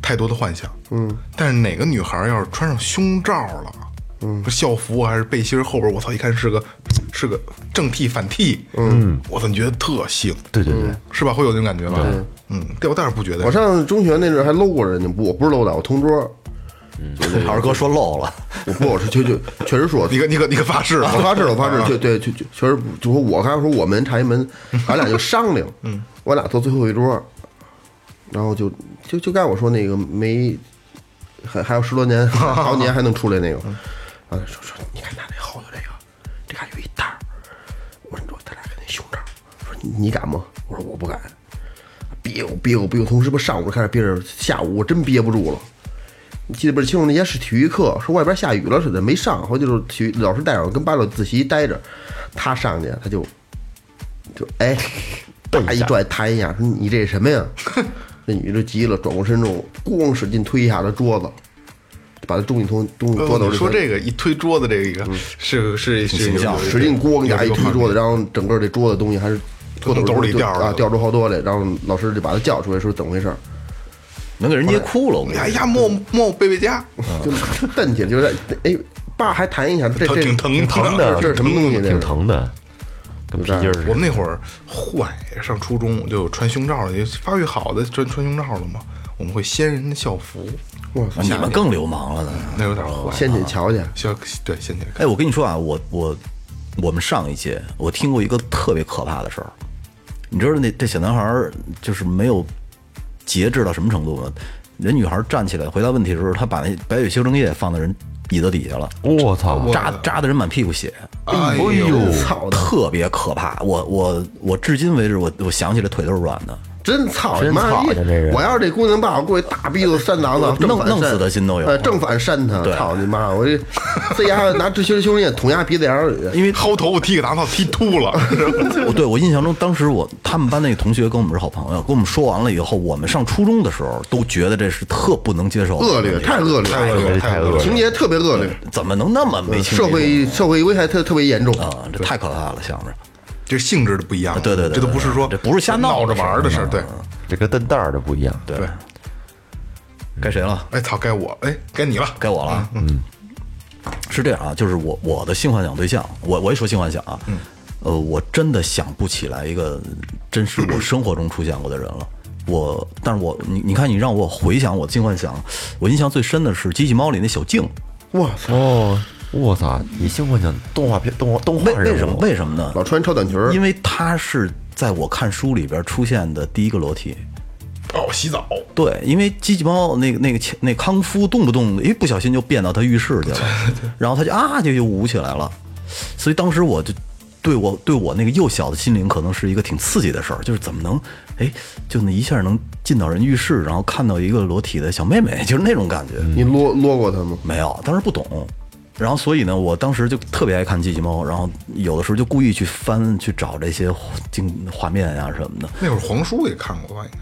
A: 太多的幻想。嗯，但是哪个女孩儿要是穿上胸罩了，嗯，校服还是背心儿后边儿，我操，一看是个是个正 T 反 T，嗯，我操，你觉得特性，
C: 对对
D: 嗯
C: 对，
A: 是吧？会有那种感觉吧？嗯，吊带儿不觉得
D: 我。上中学那阵儿还搂过人家，不，我不是搂的，我同桌，
B: 老师哥说漏了，
D: 我不，我是确确确实说，
A: 你可你可你可发誓了，
D: 我发誓，我 发
A: 啊
D: 誓，对对，确确确实不，就说我刚才说我们查一门，俺俩就商量，嗯，我俩坐最后一桌，然后就就就该我说那个没，还还有十多 年，好几年还能出来那个，
A: 嗯
D: 啊，说说你看他这后头这个，这还有一袋儿，我说你说咱俩肯定胸罩，我说你你敢吗？我说我不敢，憋我憋我憋我，从是不上午开始憋着，下午我真憋不住了。你记得倍儿清楚，那天是体育课，说外边下雨了似的，没上，后就是体育老师带上我跟八六自习待着，他上去他就就 哎，啪一拽弹一下，说你这什么 呀？那女的就急了，转过身之后，咣使劲推一下他桌子，把他东西从东西桌
A: 呃
D: 头
A: 你
D: 里
A: 说这个一推桌子，这个
D: 嗯
A: 是是是
B: 形象
A: 有有
D: 使劲咣一下一
A: 有这个
D: 推
A: 画面
D: 桌子，然后整个这桌子东西还是
A: 从
D: 桌
A: 兜里掉出来
D: 啊，
A: 了
D: 掉出好多来，然后老师就把他叫出来，说怎么回事儿？
B: 能给人捏哭了。我跟你
A: 哎
B: 说，
A: 呀，摸摸我贝贝家，
D: 就蹬起来，就是哎，爸还弹一下，这
A: 疼
D: 这
A: 挺疼
D: 挺
A: 疼
D: 的
A: 的，
D: 这是什么东西？这
C: 挺
D: 是。
C: 疼的，跟皮筋儿似
A: 我
C: 的。
A: 们那会儿坏，上初中我就有穿胸罩了，也发育好的穿穿胸罩了嘛。我们会掀人家校服，
D: 哇
B: 你们更流氓了呢。
D: 哦
A: 那有点坏。
D: 先去瞧去，
A: 小对掀起来看，
B: 哎，我跟你说啊，我我我们上一届我听过一个特别可怕的事儿，你知道那这小男孩儿就是没有节制到什么程度吗？人女孩站起来回答问题的时候，她把那白雪修正液放到人椅子底下了，
C: 我操！
B: 扎扎的人满屁股血。
A: 哎呦，
D: 操的，
B: 特别可怕。我我我至今为止，我我想起来腿都是软的，
D: 真操
C: 真
D: 你妈
C: 操
D: 逼
C: 的这人！
D: 我要是这姑娘爸，我过去大逼头扇脑子，正
B: 弄
D: 反
B: 弄
D: 扇
B: 死她心都有
D: 呃正反扇他，
B: 对
D: 操你妈！我这这丫拿这修修炼捅丫鼻子眼儿里，
B: 因为
A: 薅头发剃个大脑，剃秃了，是吧
B: 我对我印象中，当时我他们班那个同学跟我们是好朋友，跟我们说完了以后，我们上初中的时候都觉得这是特不能接受的
D: 恶劣，太恶 劣，
A: 太恶劣了，太恶劣了。
D: 情节特别恶劣，
B: 怎么能那么没情
D: 社会社会危害特特别严重。
B: 啊？这太可怕了，想着。
A: 这性质不一样了，
B: 啊对对对对
A: 这都不是说
B: 这不是瞎闹
A: 闹
B: 的
A: 着
B: 事儿嗯
A: 玩儿的事儿，对
C: 这跟蹬蛋儿的不一样。
B: 对
A: 对。
B: 该谁了？
A: 哎操，该我，哎，该你了，
B: 该我了。嗯，是这样啊，就是我我的性幻想对象，我我一说性幻想啊，呃，我真的想不起来一个真实我生活中出现过的人了。我，但是我你你看，你让我回想我的性幻想，我印象最深的是《机器猫》里那小静。
D: 哇操！
C: 哦，我操！你性幻想动画片动画动画人
B: 为
C: 物
B: 为什么？为什么呢？
D: 老穿超短裙儿，
B: 因为她是在我看书里边出现的第一个裸体。
A: 哦，洗澡，
B: 对，因为机器猫那个那个前那康夫动不动一不小心就变到他浴室去了，然后他就啊就就舞起来了，所以当时我就对我对我那个幼小的心灵可能是一个挺刺激的事儿，就是怎么能哎就那一下能进到人浴室，然后看到一个裸体的小妹 妹，就是那种感觉。
D: 你撸撸过他吗？
B: 没有，当时不懂。然后，所以呢，我当时就特别爱看机器猫，然后有的时候就故意去翻去找这些镜画面呀、什么的。
A: 那会儿黄叔也看过吧？应该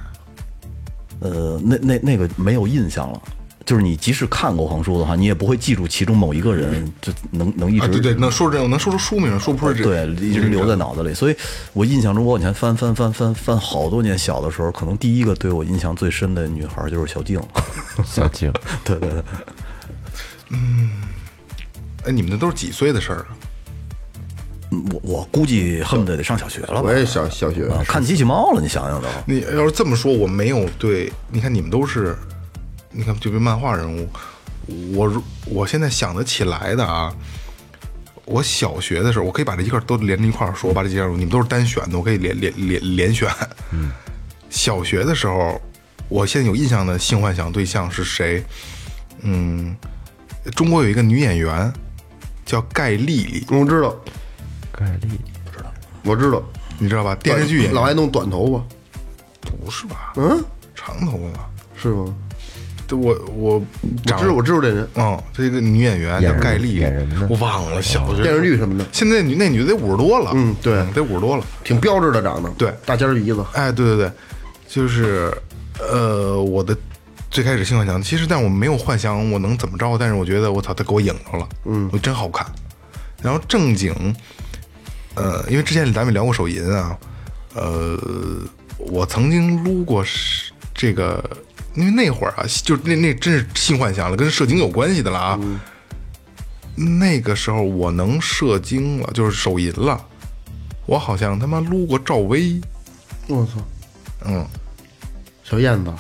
B: 呃，那那那个没有印象了。就是你即使看过黄书的话，你也不会记住其中某一个人，就能能一直、
A: 啊，对对，能说这，我能说出书名，说不出这，
B: 对一直留在脑子里。所以我印象中，我往前翻翻翻翻翻好多年，小的时候可能第一个对我印象最深的女孩就是小静。
C: 小 静，
B: 对对对，
A: 哎，你们那都是几岁的事儿啊？
B: 嗯我我估计恨不得得上小学了吧
D: 我？也小小学，
B: 啊，看机器猫了，你想想都。
A: 你要是这么说，我没有对，你看你们都是，你看就比如漫画人物，我如我现在想得起来的啊，我小学的时候，我可以把这一块儿都连着一块儿说，我把这几样，你们都是单选的，我可以连连连连选。嗯，小学的时候，我现在有印象的性幻想对象是谁？嗯，中国有一个女演员叫盖丽丽，
D: 我知道，
C: 盖丽，
D: 我知道，
A: 你知道吧？电视剧演
D: 老
A: 员
D: 爱弄短头发，
A: 不是吧？
D: 嗯，
A: 长头发吧？
D: 是吗？
A: 对，我我
D: 我
A: 长
D: 知道，我知道这人，
A: 嗯，这个女演员叫
C: 演
A: 盖
C: 什么
A: 丽，
C: 演什么呢
A: 我忘了小学
D: 电视剧什么的，
A: 现在女那女的得五十多了，
D: 嗯对
A: 得五十多了。
D: 挺标致的长得，
A: 对
D: 大尖儿鼻子，
A: 哎，对对对，就是呃，我的最开始性幻想，其实但我没有幻想我能怎么着，但是我觉得我操，他给我影着了，嗯，我真好看。然后正经，呃，因为之前咱们聊过手淫啊，呃，我曾经撸过是这个，因为那会儿啊，就那那真是性幻想了，跟射精有关系的了啊。那个时候我能射精了，就是手淫了。我好像他妈撸过赵薇，
D: 我操，
A: 嗯，
D: 小燕子，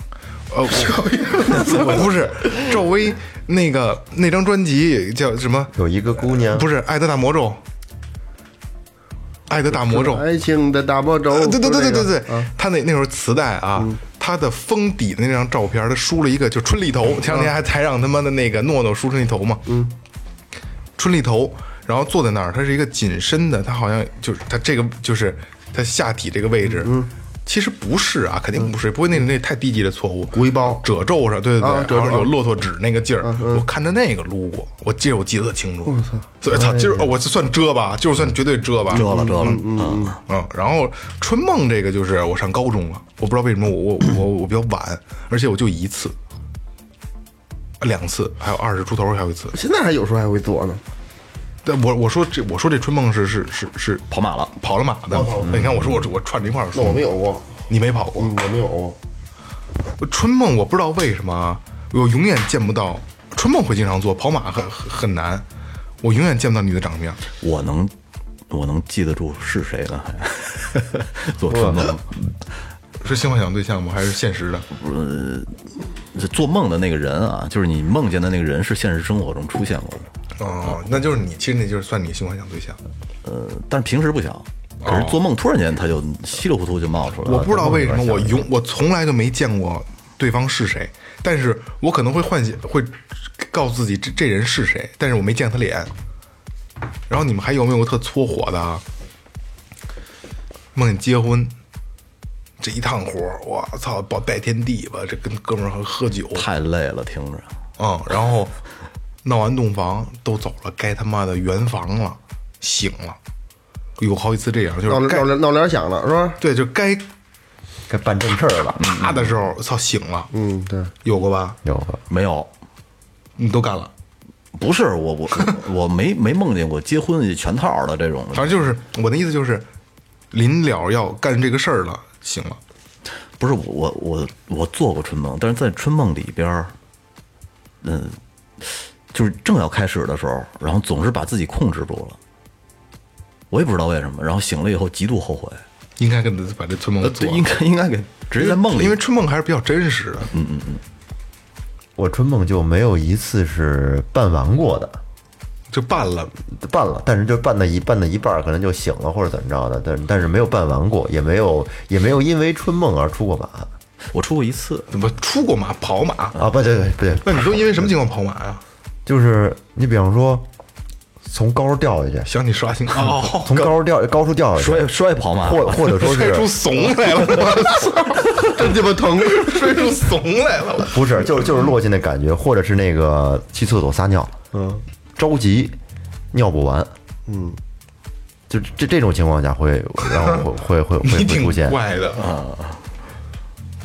A: 呃， 我我不是赵薇那个那张专辑叫什么？
C: 有一个姑娘，
A: 不是《爱的大魔咒》，《爱的大魔咒》
D: 爱情的大魔咒
A: 呃，对对对对对对
D: 就是那个啊，嗯
A: 他那那时候磁带啊，他的封底的那张照片，他梳了一个就春丽
D: 嗯
A: 头，前两天还才让他妈的那个诺诺梳春丽头嘛，嗯，春丽头，然后坐在那儿，他是一个紧身的，他好像就是他这个就是他下体这个位置，嗯。其实不是啊，肯定不是，不会那那太低级的错误。
D: 嗯鼓一包
A: 褶皱上，对对
D: 啊
A: 对，
D: 褶皱嗯
A: 然后有骆驼纸那个劲儿，我看着那个撸过，我记得我记得特清楚。我操！所以操，
D: 哎
A: 今儿哦我就算遮吧，就是算绝对遮吧，
B: 遮了遮了，
A: 嗯，然后春梦这个就是我上高中了，我不知道为什么我我我我比较晚，而且我就一次，两次，还有二十出头还有一次。
D: 现在还有时候还会做呢，
A: 但我我说这我说这春梦是是是是
B: 跑马了。
A: 跑了马的，你看我说我我串着一块儿
D: 那
A: 说，
D: 我没有过，
A: 你没跑过。
D: 嗯，我没有过，
A: 春梦我不知道为什么啊，我永远见不到春梦会经常做，跑马很很很难，我永远见不到你的长相。
B: 我能我能记得住是谁呢？ 做春梦，
A: 是性幻想对象吗？还是现实的？
B: 这做梦的那个人啊，就是你梦见的那个人是现实生活中出现过的。
A: 哦，那就是你，其实那就是算你性幻想对象。
B: 呃，但是平时不想，可是做梦突然间他就稀里糊涂就冒出来了。
A: 我不知道为什么，
B: 在梦
A: 我
B: 里边
A: 永我从来就没见过对方是谁，但是我可能会幻想，会告诉自己这这人是谁，但是我没见他脸。然后你们还有没有特搓火的啊？梦见结婚，这一趟活儿，我操，保带天地吧，这跟哥们儿喝喝酒，
B: 想太累了，听着。
A: 嗯，然后闹完洞房都走了，该他妈的圆房了，醒了，有好几次这样，就
D: 闹
A: 是该
D: 闹闹铃响了是吧？
A: 对，就该
C: 该办正事儿了。
A: 啪的时候，操醒了，
D: 嗯， 对，
A: 有过吧？
C: 有啊个
B: 没有，
A: 你都干了，
B: 不是我我我没没梦见过结婚全套的这种。
A: 反正就是我的意思就是，临了要干这个事儿了，醒了，
B: 不是我我我我做过春梦，但是在春梦里边儿，嗯、就是正要开始的时候，然后总是把自己控制住了，我也不知道为什么，然后醒了以后极度后悔，
A: 应该跟把这春梦
B: 呃，
A: 嗯做
B: 对，
A: 了，
B: 应该应该给直接在梦里，
A: 因为春梦还是比较真实的，
C: 我春梦就没有一次是办完过的，
A: 就办了，
C: 办了，但是就办到一办到一半儿，可能就醒了或者怎么着的，但但是没有办完过，也没有也没有因为春梦而出过马
B: 我出过一次，
A: 怎么出过马跑马？
C: 啊！不对对不对，
A: 那你都因为什么情况跑马呀？
C: 就是你比方说从高处掉下去，
A: 想你刷新 哦，
C: 从高处掉高处掉下
B: 摔
C: 去，
B: 摔跑马，
C: 或或者说
A: 摔出
C: 是
A: 怂来了，我 操，真鸡巴 疼，摔出怂来了，
C: 不是就是就是落下那感觉，或者是那个去厕所撒尿，
D: 嗯，
C: 着急尿不完，
D: 嗯，
C: 就这这种情况下会让我会会会
A: 你
C: 会
A: 挺
C: 出现，
A: 怪的啊。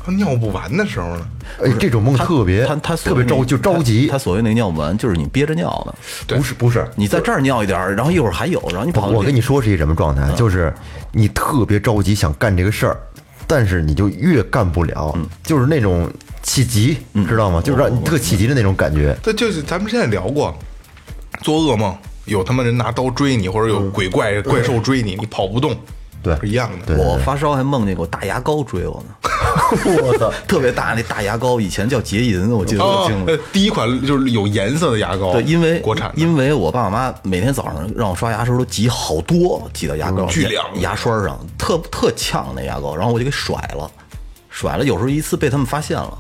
A: 他尿不完的时候呢，
C: 哎，这种梦
B: 他
C: 特别
B: 他他所
C: 特
B: 谓
C: 别
B: 那
C: 着就着急
B: 他，所谓那尿不完就是你憋着尿呢，
C: 不是不是
B: 你在这儿尿一点儿，然后一会儿还有，然后你跑到
C: 我跟
B: 别
C: 你说是一什么状态，就是你特别着急想干这个事儿，但是你就越干不了，就是那种气急，知道吗？就是让你特气急的那种感觉。
A: 这就是咱们现在聊过，做噩梦有他妈人拿刀追你，或者有鬼怪、怪兽追你，你跑不动，
C: 对
A: 是一样
C: 对
A: 的。
B: 我发烧还梦见过大牙膏追我呢，
C: 我操！
B: 特别大那大牙膏，以前叫洁银，我记得我
A: 哦
B: 经，历
A: 呃。第一款就是有颜色的牙膏，
B: 对，因为
A: 哦国产的，
B: 因为我爸我妈每天早上让我刷牙的时候都挤好多，挤到牙膏、
A: 嗯巨
B: 牙
A: 量
B: 牙刷上，特特呛那牙膏，然后我就给甩了，甩了，有时候一次被他们发现了。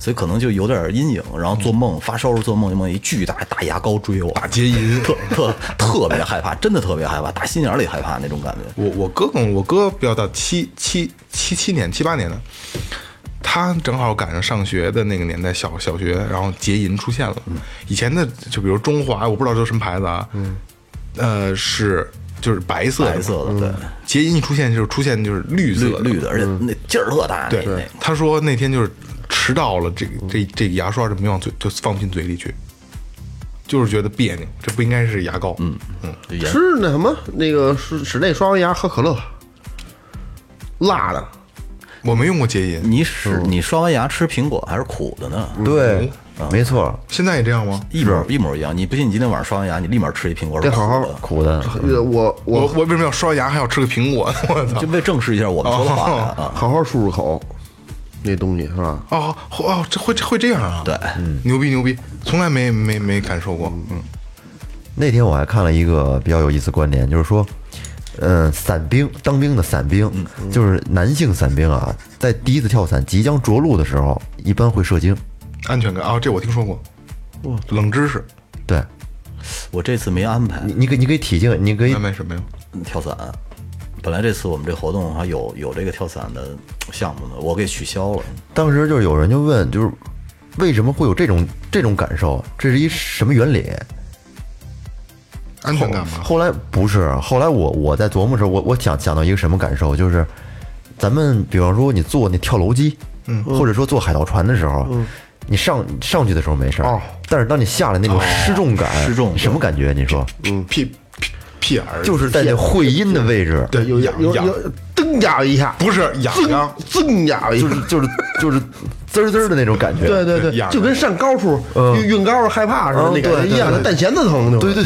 B: 所以可能就有点阴影，然后做梦发烧时候做梦就梦见一巨大大牙膏追我，
A: 大结银。
B: 特特特别害怕，真的特别害怕，打心眼里害怕那种感觉。
A: 我我哥跟我我哥比较大，七七七七年七八年的，他正好赶上上学的那个年代，小小学，然后结银出现了。
B: 嗯
A: 以前的就比如中华，我不知道这什么牌子啊，呃是就是白色的嘛
B: 白色的，对，
A: 结银一出现就是出现就是嗯绿色
B: 绿
A: 的嗯
B: 绿的，而且那劲儿特大，那
A: 对，他说那天就是迟到了，这个这这个牙刷就没往嘴就放进嘴里去，就是觉得别扭，这不应该是牙膏。嗯，
B: 那就
D: 吃那什么那个室室内刷完牙喝可乐，辣的，
A: 我没用过洁银，
B: 你是你刷完牙吃苹果还是苦的呢？
C: 对，嗯没错，
A: 现在也这样吗？
B: 一模一模一样。你不信？你今天晚上刷完牙，你立马吃一苹果，
D: 得好好
B: 苦的
C: 苦的。
D: 呃我
A: 嗯我
D: 我
A: 我为什么要刷牙还要吃个苹 果？我
D: 啊
A: 操！
B: 就为证实一下我们说的话呀啊。
D: 好好漱漱口，那东西是吧？
A: 哦哦，这会这会这样啊？
B: 对，
D: 嗯
A: 牛逼牛逼，从来没没没感受过。嗯，
C: 那天我还看了一个比较有意思的观点，就是说，嗯，伞兵当兵的伞兵，就是男性伞兵啊，在第一次跳伞即将着陆的时候，一般会射精。
A: 安全感啊、这我听说过。冷知识，
C: 对
B: 我这次没安排
C: 你，你可以你可以体镜，你可
D: 哎
C: 以
A: 那为什么呀？
B: 跳伞。本来这次我们这活动还有有这个跳伞的项目呢，我给取消了。
C: 当时就是有人就问，就是为什么会有这种这种感受？这是一什么原理？
A: 安全感吗？
C: 后来不是，后来我我在琢磨的时候，我我想想到一个什么感受，就是咱们比方说你坐那跳楼机，嗯，或者说坐海盗船的时候，你上上去的时候没事儿，
D: 哦
C: 但是当你下来那种失重感，
B: 失重
C: 什么感觉？你说，
D: 嗯
A: 屁屁屁眼儿，
C: 就是在那会阴的位置，
A: 对
D: 有
A: 痒
D: 有
A: 痒，
D: 有噔呀一下，
A: 不是痒痒，
D: 噌呀一下
C: 就。是就是就是滋儿滋儿的那种感觉，
D: 对对
A: 痒
D: 对，
A: 痒
D: 就跟上高处运运高了害怕似的
C: 嗯
D: 那感
C: 对
D: 觉
C: 对
D: 一样，
C: 对
D: 那蛋弦子疼，对对，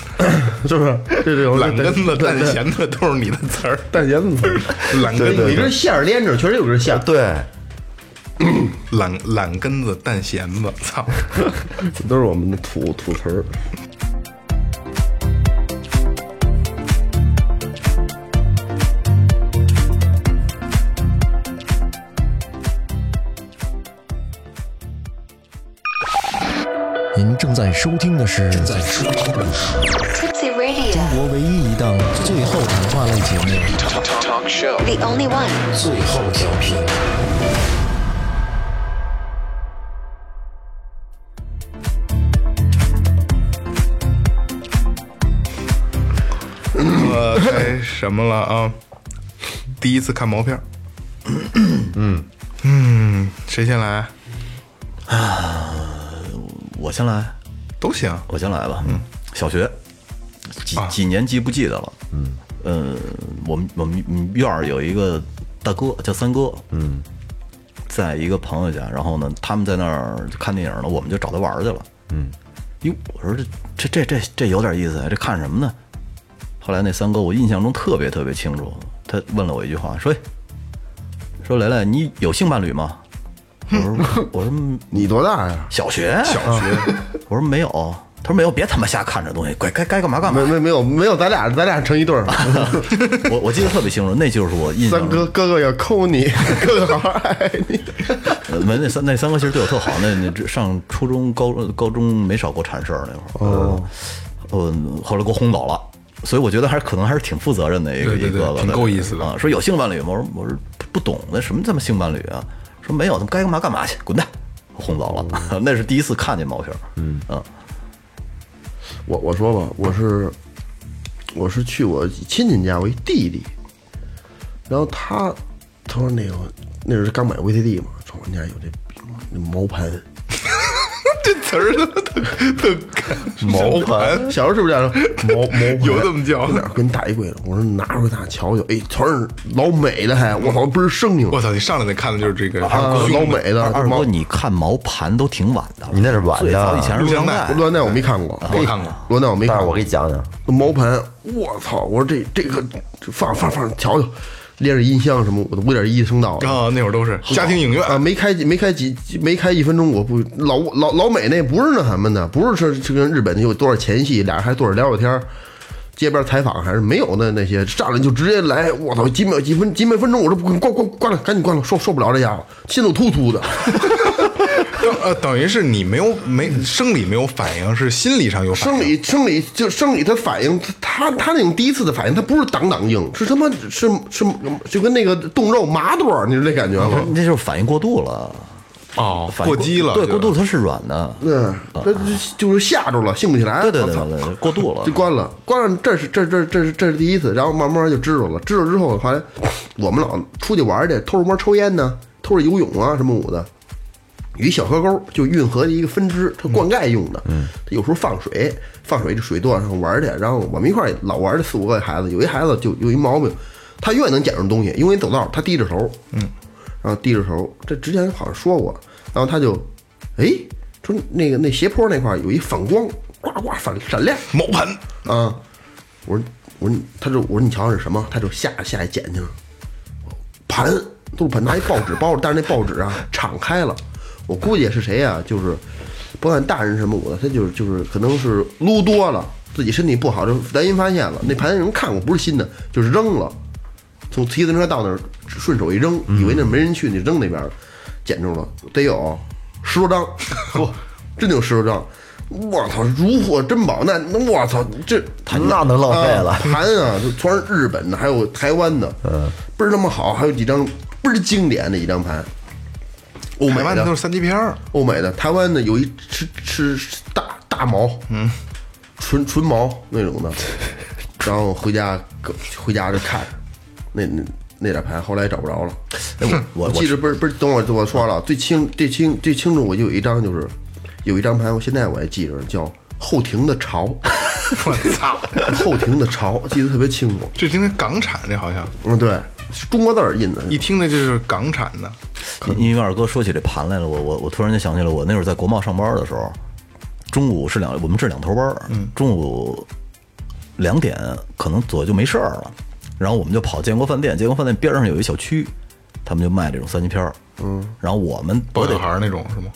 D: 是不是？对对，
A: 懒根子、
D: 对
A: 蛋
D: 对
A: 弦子 都是你的词儿，
D: 蛋弦子疼，
A: 懒
D: 对
A: 根
D: 有一
A: 子、
D: 根线儿连着，确实有根线儿，
C: 对，
A: 懒 懒根子、蛋弦子，操！
D: 都是我们的土土词儿。
E: 收听的是正在
F: Tipsy Radio,
E: 中国唯一一档最后谈话类节目
F: the only one.
E: 最后调频。
A: 呃，该什么了啊？第一次看毛片 儿，嗯嗯，谁先来？
B: 我先来，
A: 都行。
B: 我先来吧。嗯，小学几几年级不记得了。嗯，呃，我们我们我们院儿有一个大哥叫三哥。嗯，在一个朋友家，然后呢，他们在那儿看电影呢，我们就找他玩儿去了。嗯，哟，我说这这这这这有点意思，啊这看什么呢？后来那三哥，我印象中特别特别清楚，他问了我一句话，说：“哎说雷雷，你有性伴侣吗？”我说：“我说嗯
D: 你多大呀？
B: 小学，小学。 我说没有，他说没有，别他妈瞎看这东西，该该该干嘛干嘛
D: 没。没没有没有，咱俩咱俩成一 对儿。
B: 我我记得特别清楚，那就是我印象
D: 三
B: 中。
D: 哥哥哥要抠你， 哥哥好好爱你。
B: 呃，没那三那三哥其实对我特好，那那这上初中、高高中没少给我铲事儿那会儿。哦，呃，后来给我轰走了，所以我觉得还是可能还是挺负责任的一个
A: 对对对
B: 一个
A: 挺够意思的
B: 啊。说有性伴侣吗？我说我说不懂，那什么他妈性伴侣啊？说没有，他们该干嘛干嘛去，滚蛋！我轰走了， 那是第一次看见毛片儿。嗯啊，
D: 我我说吧，我是我是去我亲戚家，我一弟弟，然后他他说那个那时候刚买 VCD 嘛，说我们家有这那毛盘，
A: 这词儿 特特毛盘，
D: 小时候是不是这样说？毛毛盘
A: 有这么叫
D: 在哪儿给你打一柜子，我说拿出来大家瞧瞧，哎，全是老美的还，我操，倍儿生硬，
A: 我操！你上来得看的就是这个
D: 啊老美的
B: 二
D: 毛
B: 哥，你看毛盘都挺晚的了，
C: 你那是晚的
B: 最早以前是录像带，
D: 罗丹我没看过，
A: 我看过
D: 罗丹我没看
C: 但
D: 过，
C: 是我给你讲讲，
D: 毛盘，我操！我说这这个这放放放，瞧瞧，连着音箱什么，我都五点一声道了
A: 啊，那会儿都是家庭影院，
D: 啊！没开几没开几没开一分钟，我不老老老美那不是那什么的，不是说是跟日本的有多少前戏，俩人还多少聊聊天儿街边采访还是没有的那些，上来就直接来，我操！几秒几分几秒分钟，我这不关关关了，赶紧关了，受受不了这家伙，心都突突的。
A: 呃，等于是你没有没生理没有反应，是心理上有反应
D: 生理生理就生理，他反应他他那种第一次的反应，他不是挡挡硬，是他妈是是就跟那个冻肉麻段儿，你知道这感觉吗？
B: 那就是反应过度了，
A: 哦，
B: 反应
A: 过激了，
B: 对，
A: 就
B: 过度它是软的，
D: 嗯，这就是吓着了，兴不起来，
B: 对对对
D: 我操
B: 对对，过度了
D: 就。关了，关了，这是这这这是这是第一次，然后慢慢就知道了，知道之后后来我们老出去玩儿去，偷着摸抽烟呢，偷着游泳啊什么舞的，有一小河沟，就运河的一个分支，它灌溉用的。嗯，它有时候放水，放水这水多上玩儿去，然后我们一块儿老玩儿这四五个孩子，有一孩子就有一毛病，他越能捡着东西，因为走道他低着头，嗯，然后低着头，这之前好像说过，然后他就，哎，说那个那斜坡那块儿有一反光，呱呱反闪亮，
A: 毛盘，
D: 啊，我说我说你他就我说你瞧瞧是什么，他就下下去捡去了，盘都是盘，拿一报纸包着，但是那报纸啊敞开了，我估计是谁呀、就是不管大人什么我的，他就是就是可能是撸多了，自己身体不好，就良心发现了，那盘人看过不是新的，就是扔了，从骑自行车到那儿顺手一扔，以为那
C: 嗯
D: 没人去，你扔那边了，捡着了，得有十 多张，嚯，真得有十多张。我操，如获珍宝！那那我操，这
C: 那能浪费了
D: 啊盘啊，就全是日本的，还有台湾的，嗯，倍儿他妈好，还有几张倍儿经典的一张盘，欧美
A: 台湾的都
D: 的
A: 是，三级片儿，
D: 欧美的，台湾的有一吃吃吃大大毛，嗯，纯纯毛那种 的，然后回家回家就看那那那点盘，后来找不着了。
B: 哎我我
D: 记着不是不是，等我我说了，最清最清最清楚，我就有一张就是有一张盘，我现在我还记着，叫后庭的潮，
A: 我操！
D: 后庭的潮，记得特别清楚。
A: 这今天港产这好像
D: 嗯，对，是中国字儿印的，
A: 一听这就是港产的，
B: 因因为二哥说起这盘来了，我我我突然就想起来，我那会儿在国贸上班的时候，中午是两我们是两头班儿，中午两点可能左右就没事儿了，然后我们就跑建国饭店，建国饭店边上有一小区，他们就卖这种三级片儿，嗯，然后我们
A: 抱
B: 我得
A: 小孩儿那种是吗？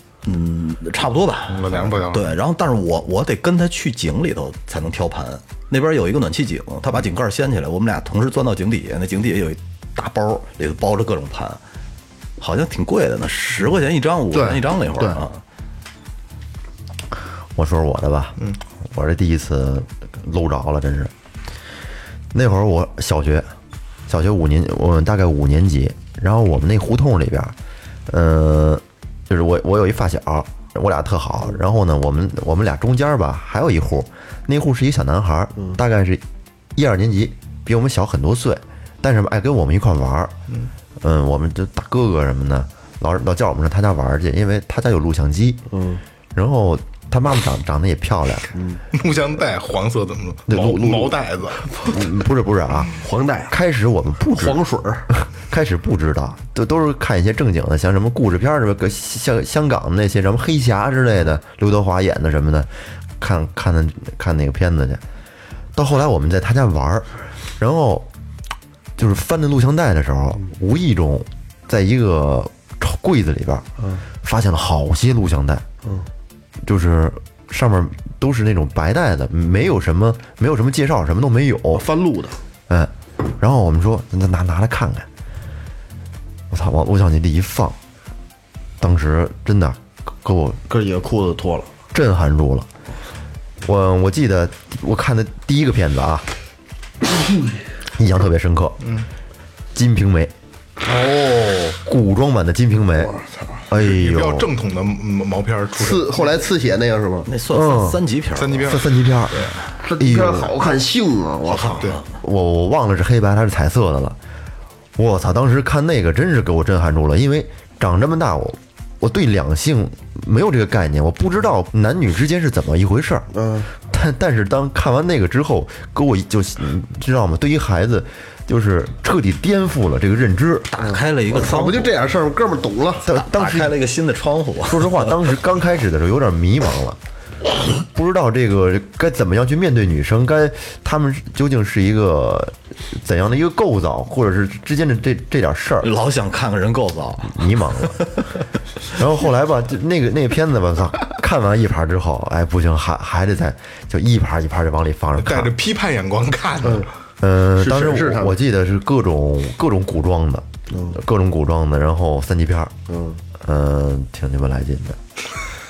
B: 差不多吧，
A: 老梁不要了
B: 对，然后但是我我得跟他去井里头才能挑盘。那边有一个暖气井，他把井盖掀起来，我们俩同时钻到井底下，那井底下有一大包，里头包着各种盘，啊好像挺贵的呢，十块钱一张，五块钱一张那会
D: 对
B: 儿啊。
C: 我说说我的吧，嗯，我这第一次搂着了，真是。那会儿我小学，小学五年，我大概五年级，然后我们那胡同里边，呃，就是我我有一发小，我俩特好，然后呢，我们我们俩中间吧还有一户，那户是一小男孩儿，大概是一二年级，比我们小很多岁，但是吧哎爱跟我们一块玩儿，嗯，我们就大哥哥什么的，老老叫我们上他家玩儿去，因为他家有录像机，嗯，然后他妈妈长长得也漂亮，嗯
A: 录像带黄色怎么了？
C: 对
A: 毛
C: 录录
A: 毛带子，
C: 嗯不是不是啊，
D: 黄带
C: 开始我们不知
D: 黄水儿，
C: 开始不知道，都都是看一些正经的，像什么故事片儿什么，个像香港的那些什么黑侠之类的，刘德华演的什么的，看看的看那个片子去。到后来我们在他家玩儿，然后就是翻着录像带的时候，无意中在一个柜子里边儿，发现了好些录像带，就是上面都是那种白带的，没有什么没有什么介绍，什么都没有，
D: 翻录的，
C: 嗯，然后我们说那拿拿来看看，我操，往录像机里一放，当时真的给我
B: 哥几个裤子脱了，
C: 震撼住了。我我记得我看的第一个片子 啊，印象特别深刻，嗯，《金瓶梅》哦，古装版的《金瓶梅》，哎
A: 比较
C: 呦，
A: 正统的毛毛片儿出身。
D: 刺后来刺血那个是吗？
B: 那算三三级片儿吧，
A: 三级片
C: 三三级片儿，
D: 这片儿好看性啊！我靠，
A: 对，
C: 我我忘了是黑白还是彩色的了。我操！当时看那个真是给我震撼住了，因为长这么大我我对两性没有这个概念，我不知道男女之间是怎么一回事儿。嗯，但但是当看完那个之后，给我一就你知道吗？对于孩子，就是彻底颠覆了这个认知。
B: 打开了一个
D: 咋
B: 窗户，
D: 不就这点事儿吗？哥们儿懂了，
C: 当
B: 打
C: 当时
B: 开了一个新的窗户，
C: 说实话，当时刚开始的时候有点迷茫了，不知道这个该怎么样去面对女生，该她们究竟是一个怎样的一个构造，或者是之间的这这点事儿，
B: 老想看看人构造，
C: 迷茫了。然后后来吧，就那个那个片子吧，操，看完一盘之后，哎，不行，还还得再就一盘一盘的往里放着
A: 带
C: 看
A: 着。批判眼光看的，
C: 呃，
D: 是
C: 当时
D: 是他
C: 我
D: 们嗯
C: 我记得是各种各种古装的，各种古装的，然后三级片儿，嗯，呃，挺鸡巴来劲的。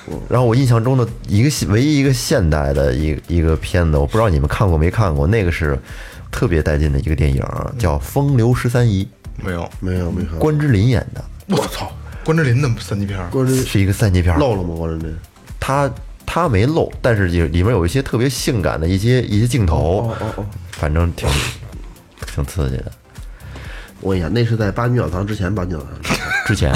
D: 嗯
C: 然后我印象中的一个现唯一一个现代的一个一个片子，我不知道你们看过没看过，那个是特别带劲的一个电影，
D: 嗯
C: 叫《风流十三姨
A: 没有。
D: 没有没看》，
C: 关之琳演的，
A: 我操，关之琳的三级片儿，
D: 关真
C: 是一个三级片儿。
D: 漏了吗？关真真
C: 他他没露，但是有里面有一些特别性感的一些一些镜头，
D: 哦
C: 反正挺挺刺激的。
D: 我跟你讲，那是在八女澡堂之前，八女澡堂
C: 之前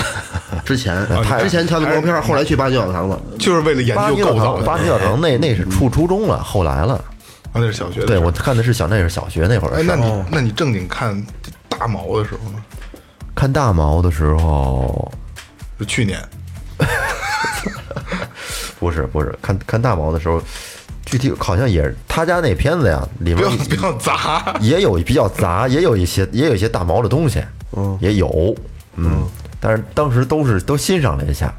D: 之前，
A: 太
D: 之前挑的毛片儿，后来去八女澡堂了。
A: 就是为了研
C: 八
A: 究
C: 米澡
A: 构造
C: 堂，
A: 的。
C: 八
A: 啊，
C: 米澡堂那那是初初中了，后来了。
A: 那是小学的事
C: 对
A: 儿。
C: 我看的是小那是小学那会儿
A: 哎
C: 的，事
A: 那
C: 儿，
A: 你那你正经看大毛的时候呢？
C: 看大毛的时候
A: 就去年
C: 不是不是看看大毛的时候，具体好像也是他家那片子呀，里
A: 不
C: 面
A: 要不要砸，
C: 也有比较杂，也有一些也有一些大毛的东西，嗯，也有，嗯，但是当时都是都欣赏了一下，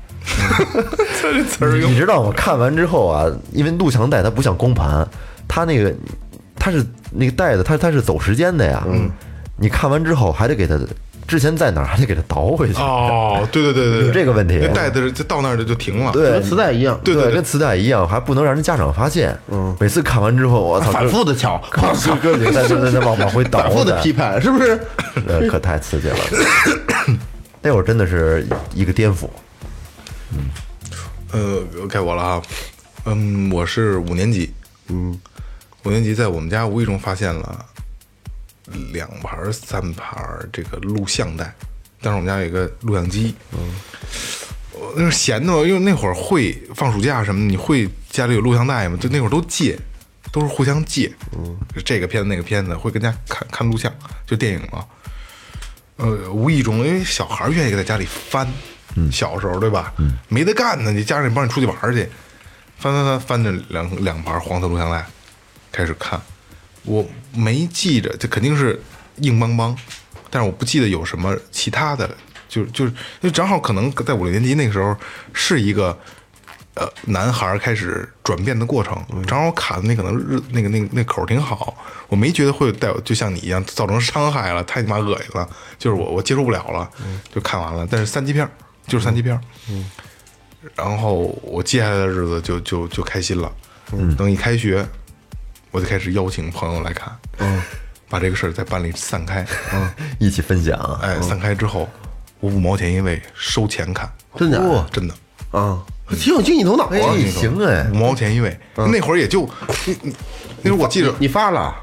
A: 这词儿
C: 你
A: 用
C: 知道我看完之后啊，因为录像带它不像光盘，它那个它是那个带子，它它是走时间的呀。嗯，你看完之后还得给它之前在哪儿还得给它倒回去。
A: 哦，对对对对，
C: 有这个问题
A: 那带的就到那儿就就停了。
C: 对
D: 跟磁带一样，
A: 对对
C: 跟磁带一样，还不能让人家长发现。嗯，每次看完之后，我操，
D: 反复的瞧，
C: 就就就在在在往往回倒，
D: 反复 的批判，是不是？
C: 呃，可太刺激了。那会儿真的是一个颠覆，
A: 呃，该我了啊。嗯，我是五年级。嗯，五年级在我们家无意中发现了两盘儿、三盘儿这个录像带。当时我们家有一个录像机。嗯，我那时候闲的嘛，因为那会儿会放暑假什么，你会家里有录像带吗？就那会儿都借，都是互相借。嗯，这个片子那个片子会跟家看看录像，就电影嘛。呃，无意中，因为小孩儿愿意在家里翻，小时候对吧？没得干呢，你家人帮你出去玩儿去，翻翻翻翻着两两盘黄色录像带，开始看。我没记着，这肯定是硬邦邦，但是我不记得有什么其他的，就就是因为正好可能在五六年级那个时候是一个。呃，男孩儿开始转变的过程，正好我卡的那可能日那个那个那口儿挺好，我没觉得会带我就像你一样造成伤害了，太他妈恶心了，就是我我接受不了了，就看完了。但是三级片儿就是三级片儿，然后我接下来的日子就就就开心了。嗯，等一开学，我就开始邀请朋友来看。嗯，把这个事儿在班里散开。嗯，
C: 一起分享啊，
A: 哎，散开之后，我五毛钱一位收钱看，
D: 真假的
A: 哇真的。
D: 啊，挺有经济头脑
C: 哎
D: 啊！你
C: 行哎
A: 五，毛钱一位，那会儿也就，你你那会儿我记着
D: 你发了，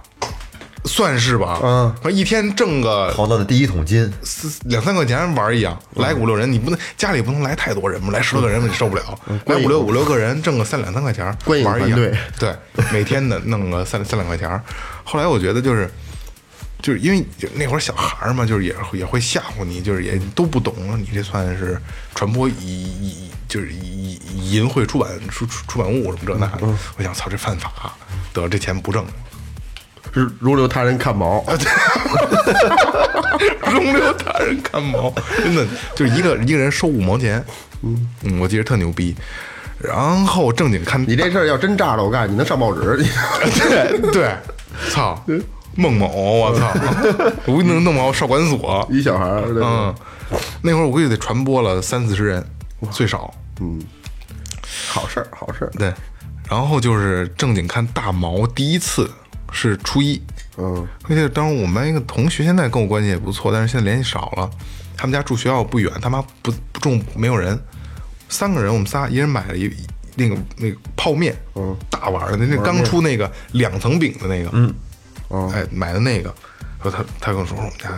A: 算是吧，嗯，反正一天挣个
C: 淘到的第一桶金，
A: 四两三块钱玩一样，来五六人，你不能家里不能来太多人嘛，来十多个人嘛你受不了，来
D: 观影
A: 五六五六个人挣个三两三块钱
D: 观影
A: 玩一样
D: 团队，
A: 对，每天的弄个三三两块钱。后来我觉得就是。就是因为那会儿小孩儿嘛，就是也会也会吓唬你，就是也都不懂，你这算是传播淫就是淫淫秽出版出出出版物什么这那
D: 嗯
A: 的。我想操，这犯法，得这钱不挣了，
D: 是如留他人看毛，
A: 容留他人看毛， 真的就是一个一个人收五毛钱，嗯我记得特牛逼。然后正经看
D: 你这事儿要真炸了，我告诉你，你能上报纸。
A: 对 对，操，孟某，我操， 我能弄毛少管所，
D: 一小孩儿，对
A: 嗯，那会儿我估计得传播了三四十人，最少，
D: 好事儿，好事儿。
A: 对。然后就是正经看大毛，第一次是初一，
D: 嗯，
A: 而且当时我们班一个同学，现在跟我关系也不错，但是现在联系少了。他们家住学校不远，他妈不不种没有人，三个人我们仨，一人买了一那个那个泡面，嗯，大碗的那那刚出那个两层饼的那个，嗯，
D: 哦
A: 哎买的那个，说他他跟我说说我们家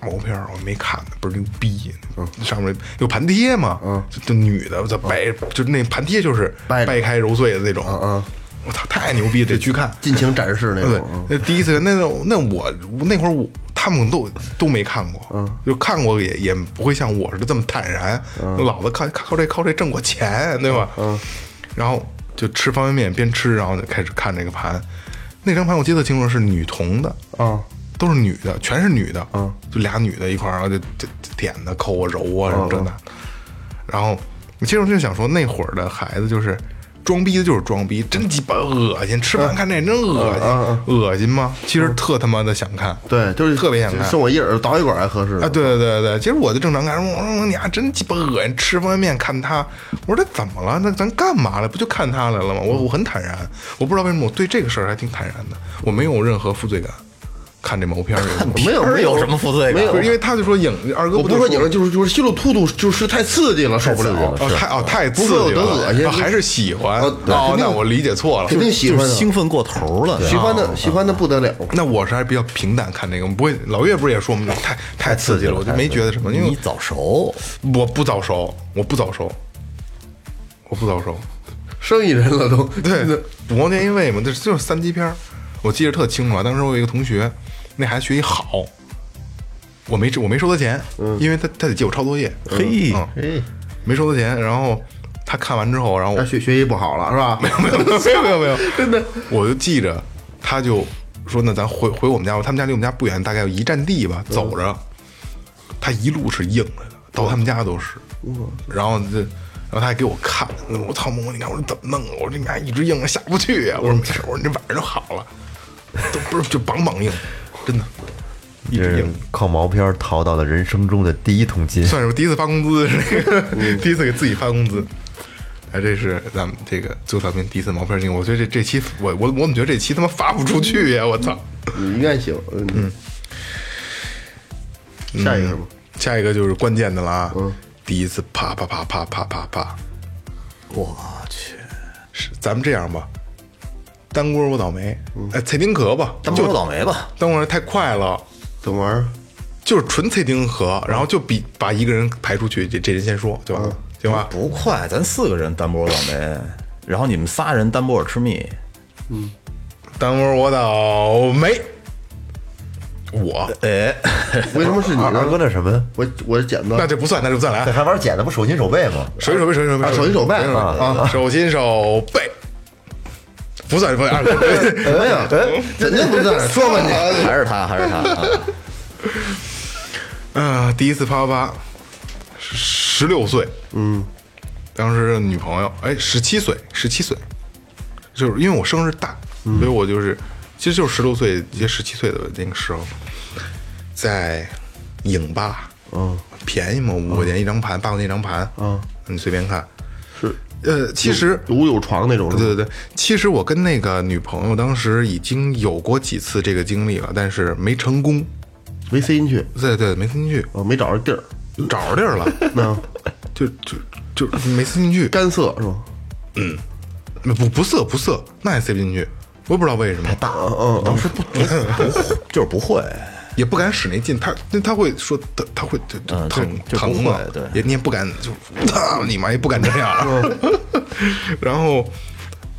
A: 大毛片儿我没看呢，倍儿牛逼，嗯，上面有盘贴嘛，嗯，就就女的在掰，就那盘贴就是
D: 掰
A: 掰开揉碎的那种，
D: 嗯，
A: 我操太牛逼了，得去看，
D: 尽情展示那
A: 对
D: 种，嗯，
A: 那第一次那种那我那会儿我他们都都没看过，就看过也也不会像我似的这么坦然。老子靠靠这靠这挣过钱，对吧？然后就吃方便面边吃，然后就开始看这个盘。那张盘我记得清楚是女童的，
D: 啊，
A: 都是女的，全是女的，就俩女的一块儿，然后就就就点的抠啊揉啊什么这那的。然后你接着就想说，那会儿的孩子就是装逼的，就是装逼，真鸡巴恶心！吃饭看这真恶心，恶心吗？其实特他妈的想看，
D: 对，就是
A: 特别想看
D: 送我一耳倒一管还合适
A: 啊！对对对对，其实我就正常看，我说你丫啊真鸡巴恶心，吃方便面看他，我说他怎么了？那咱干嘛了？不就看他来了吗？我我很坦然，我不知道为什么我对这个事儿还挺坦然的，我没有任何负罪感。看这毛片儿有什么，
D: 没有
B: 片儿
D: 没
B: 有什么负 罪感
D: 没
A: 不
D: 有
A: 是，因为他就说影二哥
D: 我
A: 不
D: 不
A: 就是
D: 说你了，就是就是吸入突突，就是太刺激了，受不了。
A: 哦太哦太刺激
D: 不
A: 了，
D: 是有多恶心
A: 哦还是喜欢
D: 哦
A: 哦
D: 对肯定
A: 那我理解错了
D: 肯。定喜
B: 就
D: 欢
B: 是
D: 的，
B: 兴奋过头了。啊
D: 喜欢
A: 啊
D: 的喜欢的不得了。
A: 那我是还是比较平淡看这个，我不会老岳不是也说我们太太刺激了，我就没觉得什么，因为
B: 你早熟，
A: 我不早熟，我不早熟，我不早熟。
D: 生意人了都，
A: 对，五毛钱一位嘛，这就是三级片儿，我记得特清楚啊。当时我有一个同学，那孩子学习好，我没我没收他钱，因为他他得借我抄作业，
B: 嘿
A: 嗯，没收他钱。然后他看完之后，然后我
D: 他学学习不好了是吧？没有没
A: 没有 没有没有没有，真的，我就记着，他就说那咱回回我们家吧，他们家离我们家不远，大概有一站地吧，走着，他一路是硬着的，到他们家都是，然后这。然后他还给我看，我操蒙蒙，你看我这怎么弄啊？我这你看一直硬着下不去啊呀、我说没事，我说你这晚上就好了，都不是就梆梆硬，真的，一
C: 这
A: 直
C: 是
A: 硬，
C: 靠毛片淘到的人生中的第一桶金。
A: 算是我第一次发工资，这
B: 嗯
A: 个 第一次给自己发工资。哎，这是咱们这个最后调频第一次毛片经历。我觉得这这期我我我怎么觉得这期他妈发不出去呀？我操！
D: 你应该行。嗯，下一个是吗？
A: 下一个就是关键的了啊！
B: 嗯
A: 第一次啪啪啪啪啪啪啪，
B: 我去，
A: 是咱们这样吧，单锅我倒霉，
B: 嗯
A: 哎，蔡丁壳吧，
B: 咱们
A: 就
B: 说倒霉吧。
A: 单锅太快了，
D: 怎么玩儿？
A: 就是纯蔡丁壳，然后就比把一个人排出去，这这人先说就完了，
B: 嗯
A: 行吧？
B: 不快，咱四个人单波倒霉，然后你们仨人单波尔吃蜜，
A: 单锅我倒霉，我
B: 哎，
D: 为什么是 你
C: 二二哥
D: 呢？
C: 那什么呀？
D: 我我剪
A: 啊那
D: 的，
A: 就不算，那就不算来
C: 这。还玩剪子不手心手背吗？
A: 手心手背，手心手背，
D: 手心手背
A: 啊，手心手背，啊不算不算，二哥
D: 什么呀？肯定不算，说 吧你。
B: 还是他，还是他，啊
A: 嗯，第一次啪啪啪，十六岁，嗯，当时女朋友，哎，十七岁，十七岁，就是因为我生日大，所以我就是，其实就是十六岁，也十七岁的那个时候，在影吧，嗯，便宜嘛，五块钱一张盘，八块钱一张盘，嗯，你随便看，
D: 是
A: 呃，其实
D: 如有床那种是吧，
A: 对对对，其实我跟那个女朋友当时已经有过几次这个经历了，但是没成功。
D: 没塞进去，
A: 对对，没塞进去，
D: 啊，没找着地儿，
A: 找着地儿了，
D: 那
A: 就就就没塞进去，
D: 干涩是吧？
A: 不不涩不涩，那也塞不进去，我也不知道为什么，太大了，
D: 嗯嗯，
B: 就是不会，
A: 也不敢使那劲，他那他会说他他会就就
B: 嗯
A: 疼
B: 就就不
A: 疼嘛
B: 会，对
A: 也你也不敢就 操你妈也不敢这样， 然后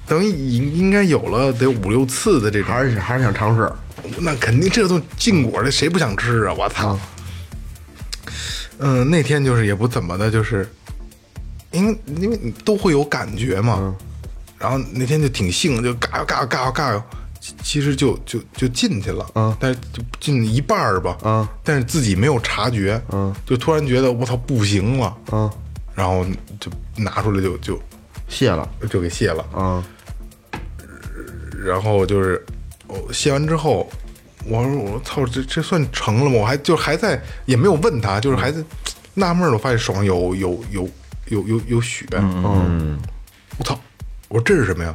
A: 等于应应该有了得五六次的这种，
D: 还是还是想尝试，
A: 那肯定这种禁果的谁不想吃啊？我操！嗯、那天就是也不怎么的，就是因为因为你都会有感觉嘛，然后那天就挺兴，就嘎嘎嘎嘎嘎，其其实就就就进去了，
D: 嗯
A: 但是就进一半儿吧，
D: 嗯
A: 但是自己没有察觉，
D: 嗯
A: 就突然觉得我操不行了，
D: 嗯，
A: 然后就拿出来就就
D: 谢了，
A: 就给卸了，
D: 啊，
A: 然后就是我卸完之后，我说我操，这这算成了吗？我还就还在也没有问他，就是还在纳闷儿，我发现手上有有有有有有血，
D: 嗯，
A: 我操，我说这是什么呀？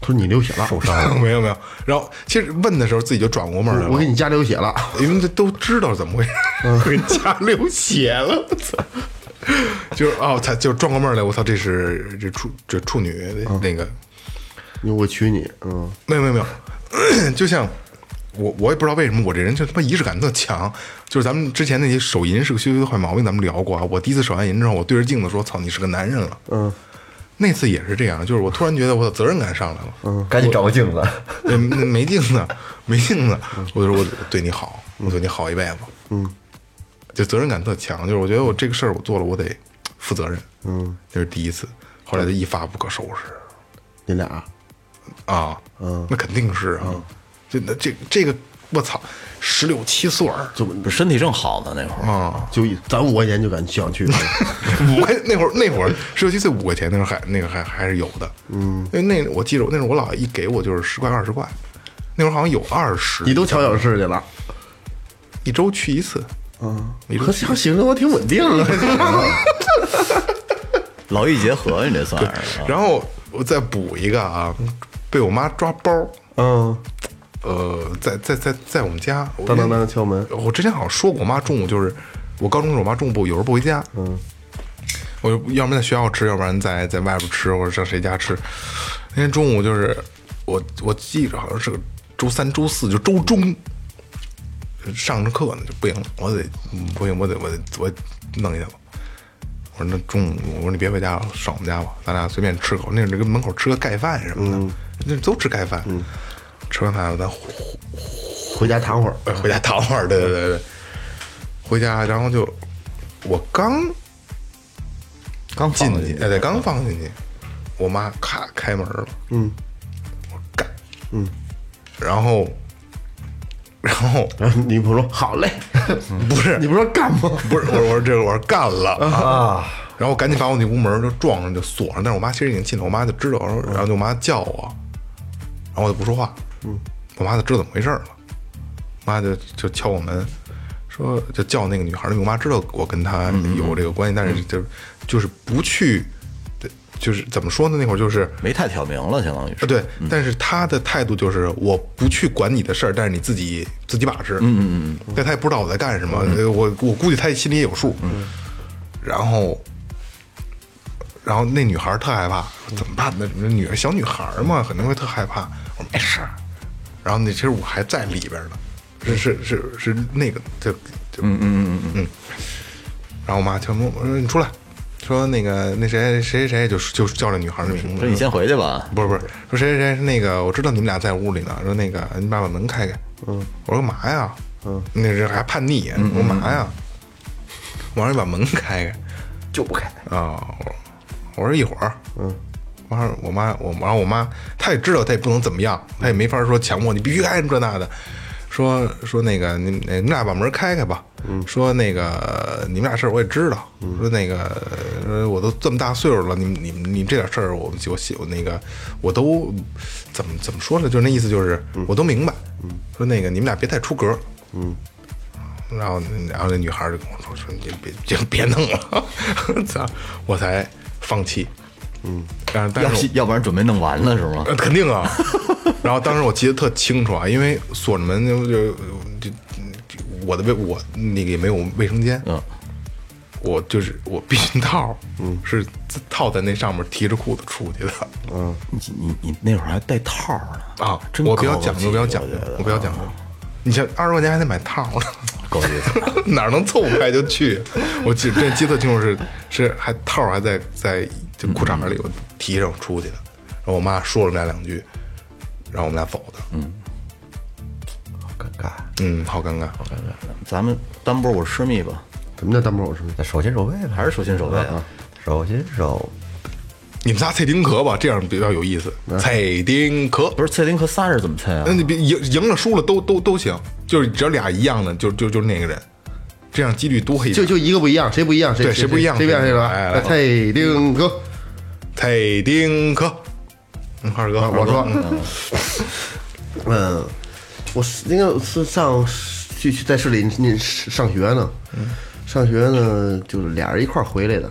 D: 他说你流血了， 受伤
A: 没有没有，然后其实问的时候自己就转过味儿来了，
D: 我给你加流血了，
A: 因为这都知道怎么回事，我 给你加流血了，我操！就是哦，他就转过味儿来，我操，这是这处这处女那个
D: 你我娶你，嗯，
A: 没有没有没有， 就像我我也不知道为什么我这人就他妈仪式感特强，就是咱们之前那些手淫是个羞羞的坏毛病，咱们聊过啊。我第一次手完淫之后，我对着镜子说：“操，你是个男人了。”嗯，那次也是这样，就是我突然觉得我的责任感上来了。嗯，
C: 赶紧找个镜子。
A: 对，没嗯没镜子，没镜子，我就说我对你好，我对你好一辈子。嗯，就责任感特强，就是我觉得我这个事儿我做了，我得负责任。嗯，这是第一次，后来就一发不可收拾。
D: 你俩
A: 啊，嗯，那肯定是啊，这那这这个我操，十六七岁儿
B: 不是身体正好呢那会儿，
A: 啊，
D: 就一攒五块钱就敢想去，
A: 五块那会儿那会儿十六七岁五块钱那时候还那个还还是有的，嗯，因为那我记着那时候我姥爷一给我就是十块二十块，那会儿好像有二十，
D: 你都瞧小事去了，
A: 一周去一次，嗯，一周
D: 可
A: 去
D: 行行生活挺稳定啊，
B: 劳逸结合，你这算是。啊
A: 然后我再补一个啊，被我妈抓包儿，
D: 嗯，
A: 呃，在在在在我们家，我
D: 当当当敲门，
A: 我之前好像说过，我妈中午就是我高中的时候，我妈中午不有时候不回家，嗯，我就要么在学校吃，要不然在在外边吃，或者上谁家吃。那天中午就是我我记着好像是个周三、周四，就周中上着课呢，就不行了，我得不行，我得我得我得弄一下吧。我说那中午，我说你别回家了，上我们家吧，咱俩随便吃口。那那个门口吃个盖饭什么的，那都吃盖饭。吃完饭咱回
D: 回家躺会儿，
A: 哎，回家躺会儿，对对对对，回家，然后就我刚
B: 刚放
A: 进
B: 进
A: 去，
B: 去
A: 哎，对，刚放进去，我妈咔开门了，嗯，我说干，嗯，然后，然后
D: 然后女哎朋友说好 嘞，
B: 嗯
A: 不是
D: 你不是说干吗？
A: 不是，我说我说这个我说干了啊，然后我赶紧把我那屋门就撞上就锁上，但是我妈其实已经进来，我妈就知道，然后然后就我妈叫我，然后我就不说话，嗯，我妈就知道怎么回事儿了，妈就就敲我门，说就叫那个女孩儿，因为我妈知道我跟她有这个关系，但是就就是不去，就是怎么说呢？那会儿就是。
B: 没太挑明了，相当于
A: 啊，
B: 是。
A: 对，但是他的态度就是我不去管你的事儿，但是你自己自己把持。嗯嗯嗯。但他也不知道我在干什么，呃我我估计他心里也有数。嗯。然后，然后那女孩儿特害怕，说怎么办呢？那女小女孩儿嘛，肯定会特害怕。我说没事儿。然后那其实我还在里边儿呢，是是是是那个就就嗯嗯嗯嗯嗯。然后我妈敲门，我说你出来，说那个那谁谁谁谁就就叫这女孩儿的名字
B: 说。你先回去吧，
A: 不是不是，说谁谁谁那个，我知道你们俩在屋里呢。说那个，你把把门开开。嗯，我说干嘛呀？嗯，那人还叛逆，啊
C: 嗯
A: 我说嘛呀？我让你把门开开，
C: 就不开，
A: 啊、我说我说一会儿，嗯，我说我妈我然后我妈她也知道，她也不能怎么样，她也没法说强迫你必须开这那的，说说那个你你们俩把门开开吧，嗯，说那个你们俩事儿我也知道，说那个呃我都这么大岁数了，你们你们你们这点事儿我我我那个我都怎么怎么说呢？就是那意思就是我都明白，说那个你们俩别太出格，然 后然后那女孩儿就跟我说说你别就别弄了，操！我才放弃。嗯，啊，但
B: 要
A: 是
B: 是要不然准备弄完了是吗
A: 我、？呃、肯定啊。 然后当时我记得特清楚啊，因为锁着门就就就就我的卫我那个也没有卫生间，
B: 嗯，
A: 我就是我避孕套，嗯，是套在那上面提着裤子出去的。
B: 嗯你你你那会儿还带套儿呢
A: 嗯啊，
B: 真
A: 我比较
B: 高级
A: 讲究，比较讲究
B: 我觉得，啊
A: 我比较讲究。你像二十块钱还得买套呢，
B: 高级
A: 哪能凑合开就去？我记这记得清楚是是还套还在在这裤衩
B: 嗯
A: 里，我提上出去的。然后我妈说了我们俩两句，然后我们俩走的。嗯
C: 尴尬。
A: 嗯，好尴尬。
B: 咱们单波我是师密吧，
D: 怎么叫单波我是不是？
C: 那手心手背吧，
B: 还是手心手背啊？
C: 手心手
A: 你们仨猜丁壳吧，这样比较有意思。猜丁壳，
B: 不是蔡丁和仨是怎么猜啊
A: 那？你别赢赢了输了都都都行，就是只要俩一样的，就就就是那个人，这样几率多一点。
D: 就就一个不一样，谁不一样？谁
A: 对谁不一样
D: 谁不一样？
A: 谁
D: 谁
A: 不
D: 吧
A: 一样哎？来
D: 来，蔡丁哥，
A: 猜丁壳，嗯，二哥，
D: 我说
A: 嗯，
D: 嗯，我是应该是上去去在市里那上学呢，上学呢就是俩人一块儿回来的，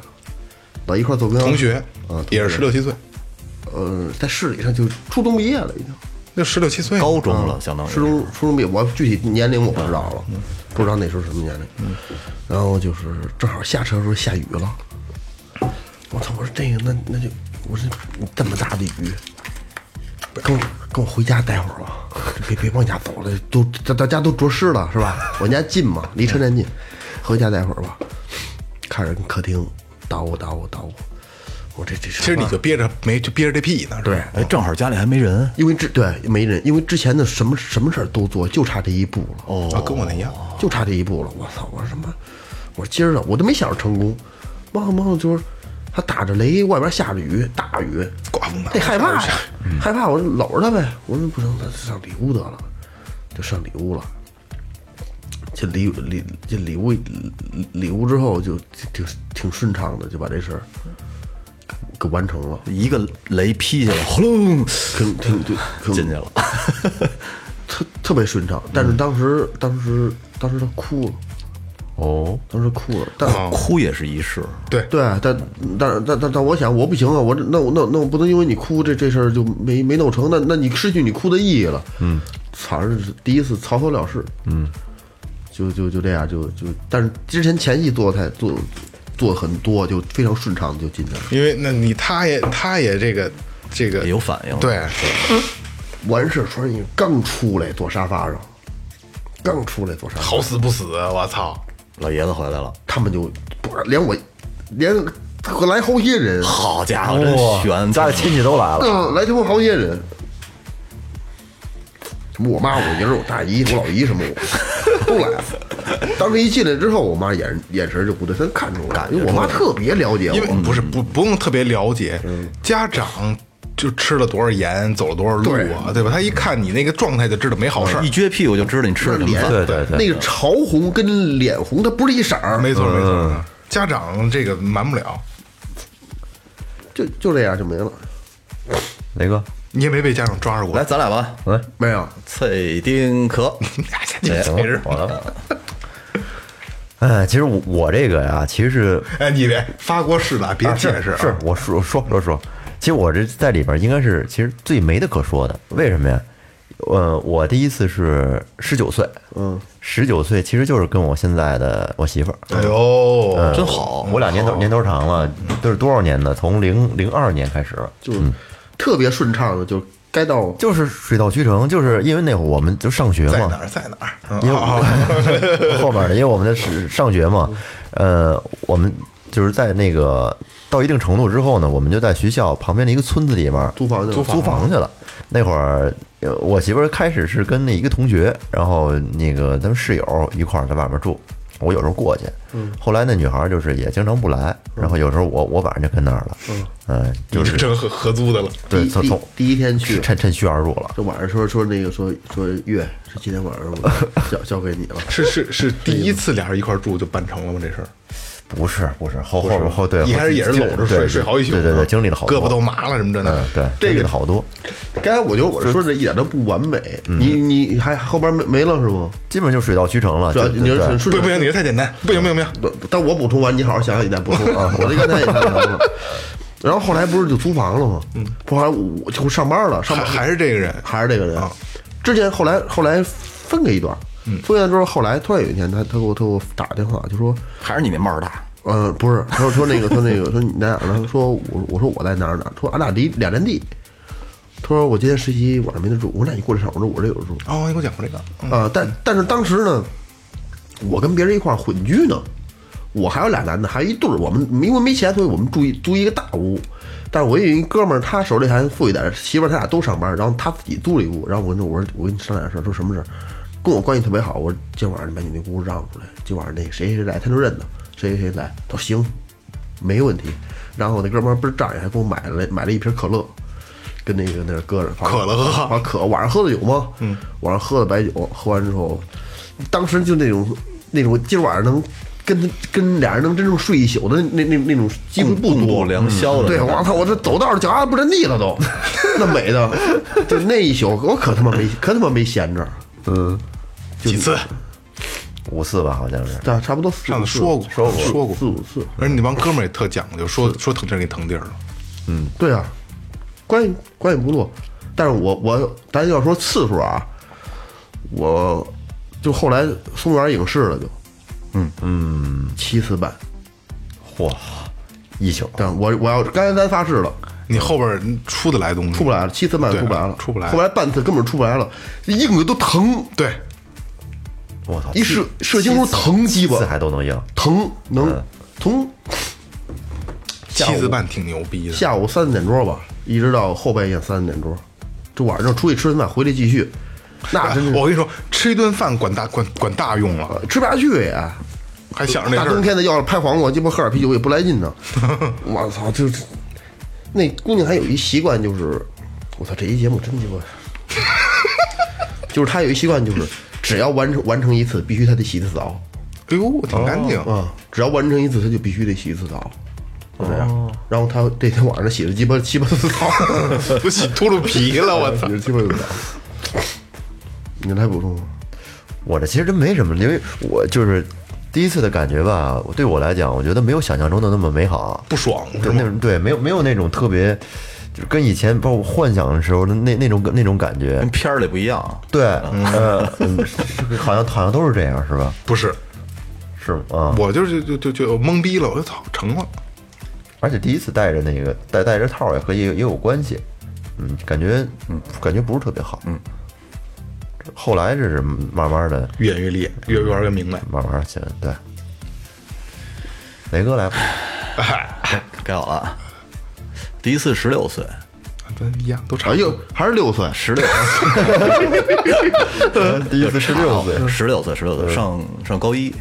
D: 老一块儿坐公交
A: 同学
D: 啊，
A: 也是十六七岁，
D: 呃，在市里上就初中毕业了已经。
A: 那十六七岁，
B: 高中了，相当于嗯
D: 初中初中毕业，我具体年龄我不知道了，不知道那时候什么年龄。然后就是正好下车的时候下雨了，我操！我说这个那那就我说这么大的雨，跟我跟我回家待会儿吧，别别往家走了，都大大家都着湿了是吧？我家近嘛，离车站近，回家待会儿吧。看人客厅捣鼓捣鼓捣鼓，我这这
A: 其实你就憋着没就憋着这屁呢，是吧
D: 对，
B: 哎，正好家里还没人，
D: 因为之对没人，因为之前的什么什么事儿都做，就差这一步了。哦，
A: 啊，跟我那一样，
D: 就差这一步了。我操！我说什么？我说今儿啊，我都没想着成功。忙着忙着就是，他打着雷，外边下着雨，大雨，
A: 刮风大
D: 得害怕呀，害怕。我说搂着他呗。我说不行，他上里屋得了，就上里屋了。进里里进里屋里屋之后就挺挺顺畅的，就把这事儿给完成了。
B: 一个雷劈下来，轰隆，
D: 挺挺挺挺
B: 进去了。
D: 特特别顺畅，但是当时当时当时他哭了，
C: 哦，
D: 当时哭了，但
B: 哭也是一事，
A: 对，
D: 对，但但但但但我想我不行啊，我这那我那那我不能因为你哭这这事儿就没没弄成，那那你失去你哭的意义了。嗯，反正是第一次草草了事。嗯，就就就这样，就就但是之前前戏做的太做做很多，就非常顺畅地就进去了。
A: 因为那你他也他也这个这个
B: 也有反应。
A: 对，
D: 完事儿说你刚出来坐沙发上，刚出来坐沙发上，
A: 好死不死，我操，
B: 老爷子回来了，
D: 他们就不连我连来好 些人，
B: 好家伙，啊真悬！
C: 家里亲戚都来了，
D: 嗯，来他妈好些人，什么我妈、我爷儿、我大姨、我老姨什么我 都来了。当时一进来之后，我妈眼眼神就不对，她看出来了，因为我妈特别了解
A: 因为
D: 我，
C: 嗯
A: 不是不不用特别了解，家长就吃了多少盐，走了多少路啊，对吧？他一看你那个状态就知道没好事儿
B: 一，
C: 嗯
B: 撅屁股就知道你吃了什么
D: 脸
B: 饭。
C: 对对对
D: 那个潮红跟脸红，它不是一色儿，
A: 没错没错，
C: 嗯
A: 没错家长这个瞒不了，
D: 就就这样就没了，
C: 雷哥，嗯
A: 你也没被家长抓着过
B: 来，，咱俩吧，
C: 来，
D: 没有。
B: 脆丁壳，
A: 你俩下去
C: 哎
A: 没人。
C: 好了。哎，其实我我这个呀，其实是
A: 哎，你别发过誓了，别
C: 啊
A: 解释啊，
C: 是是我说说说说，其实我这在里边应该是其实最没得可说的，为什么呀？呃，我第一次是十九岁，嗯，十九岁其实就是跟我现在的我媳妇儿，
A: 哎
C: 嗯
A: 呦，
B: 真好。
C: 我俩年头年头长了，都是多少年呢？从零零二年开始，
D: 就
A: 嗯
D: 特别顺畅的，就该到
C: 就是水到渠成，就是因为那会儿我们就上学
A: 在
C: 嘛
A: 哪，儿在哪儿？嗯
C: 因为我 后面的，因为我们的是上学嘛，呃，我们就是在那个到一定程度之后呢，我们就在学校旁边的一个村子里面
D: 租房去了
C: 租租房去了。那会儿，呃我媳妇儿开始是跟那一个同学，然后那个咱们室友一块儿在外面住，我有时候过去。后来那女孩儿就是也经常不来，然后有时候我我晚上就跟那儿了，嗯，
A: 你
C: 就
A: 这
C: 是
A: 成合合租的了。
C: 对，
D: 第
C: 从
D: 第
C: 从
D: 第一天去，
C: 趁趁虚而入了。
D: 就晚上说说那个说说月是今天晚上我交交给你了，
A: 是是是，第一次俩人一块儿住就办成了吗？这事儿
C: 不是不是，后后边后哦对，
A: 一开始也是
C: 经
A: 搂着睡，
C: 对
A: 睡好几宿。啊
C: 对对对，经历了好多，
A: 胳膊都麻了什么的
C: 嗯
A: 呢。，
C: 对，
D: 这
C: 经历
D: 个
C: 了好多。
D: 刚才我觉得我说这一点都不完美，你你还后边没没了是吗？
C: 基本就水到渠成了。
D: 主要
C: 就
D: 你是
C: 啊对
D: 很顺
A: 不行不行，你这太简单，不行不行不行，
D: 但我补充完，你好好想想你再补充啊。我这刚才也太长了，然后后来不是就租房了吗？嗯，不后来我就上班了，上
A: 还
D: 班
A: 还是这个人，
D: 还是这个人。之前后来后来分给一段，分给一段之后，后来突然有一天，他他给我他给我打电话，就说，
B: 还是你那帽儿大，
D: 呃，不是，他说说那个说那个说你在哪儿呢？说我我说我在哪儿哪儿，说俺俩离两站地。他说我今天实习晚上没得住，我说那你过来上，我说我这有住。
A: 哦，你给我讲过这个，
D: 啊、但但是当时呢，我跟别人一块儿混居呢，我还有俩男的，还有一对儿，我们因为没钱，所以我们住一租一个大屋。但是我有一哥们儿，他手里还富裕点儿，媳妇儿他俩都上班，然后他自己租了一屋，然后我跟他我说我跟你商量点事儿，说什么事儿，跟我关系特别好，我说今晚上你把你那屋让出来，今晚上那谁谁谁来他就认得，谁谁谁来，他说行，没问题。然后我那哥们儿不是仗义，还给我买了买了一瓶可乐，跟那个那儿搁着，反正
A: 可乐
D: 啊，渴，晚上喝的酒吗？嗯，晚上喝的白酒，喝完之后，当时就那种那种今儿晚上能跟他跟俩人能真正睡一宿的那那那那种机会不
B: 共度
D: 多，嗯
B: 良宵的
D: 对，
B: 那种
D: 我操，我这走道儿脚丫啊子不沾地 了都，那美的，就那一宿我可他妈没可他妈没闲着，嗯，
A: 几次
C: 五次吧，好像是。
D: 但差不多四
A: 上次说过
D: 说
A: 说过
D: 四五次，
A: 而且那帮哥们儿也特讲究，说说腾地儿给腾地儿了，
D: 对啊，关系关系不错，但是我我咱要说次数啊，我就后来松原影视了就，嗯嗯，七次半，
C: 嚯，一宿
D: 但我我要刚才咱发誓了，
A: 你后边儿出得来东西
D: 出不来了，七次半
A: 对啊
D: 出不来了，
A: 出不来了
D: 后来半次根本出不来了，硬的都疼，
A: 对，
C: 我操，
D: 一射射精时候疼鸡
C: 次
D: 巴，
C: 还都能硬，
D: 疼
A: 嗯
D: 能从
A: 七字半挺牛逼的，
D: 下午三点多吧，一直到后半夜三点多，这晚上出去吃顿饭回来继续，那真是
A: 我跟你说，吃一顿饭管大管管大用了，
D: 吃不下去也。
A: 还想着那
D: 大
A: 事
D: 冬
A: 儿。
D: 天的，要是拍黄瓜，鸡巴喝点啤酒也不来劲 呢。我操，就是那姑娘还有一习惯，就是我操，这一节目真鸡巴， 就是她有一习惯，就是只要完成完成一次，必须她得洗一次澡
A: 哎呦，挺干净，
D: 啊，只要完成一次，她就必须得洗一次澡。就这样，然后她这天晚上洗了鸡巴七八次澡， 哎
A: 都 洗秃噜皮了，我操
D: 洗！了鸡巴次澡。你来补充吗？
C: 我这其实真没什么，因为我就是第一次的感觉吧，对我来讲，我觉得没有想象中的那么美好，
A: 不爽是
C: 对那
A: 吗？
C: 种对没有没有那种特别，就是跟以前包括幻想的时候的那那种那种感觉
B: 跟，片儿里不一样。
C: 对，呃，嗯是好像好像都是这样是吧？
A: 不是，
C: 是吗啊，
A: 我就是就就就懵逼了，我就操，成了。
C: 而且第一次戴着那个戴戴着套儿也和也有也有关系，嗯，感觉嗯感觉不是特别好，嗯，后来这是慢慢的
A: 越演越烈，越越玩越明白。
C: 慢慢行，对，雷哥 来吧。
B: 该我了啊，第一次十六岁，
A: 咱一样，都差
D: 哎呦，还是六岁，
B: 十六，
C: 第一次十六岁，
B: 十六岁，十六岁，上上高一。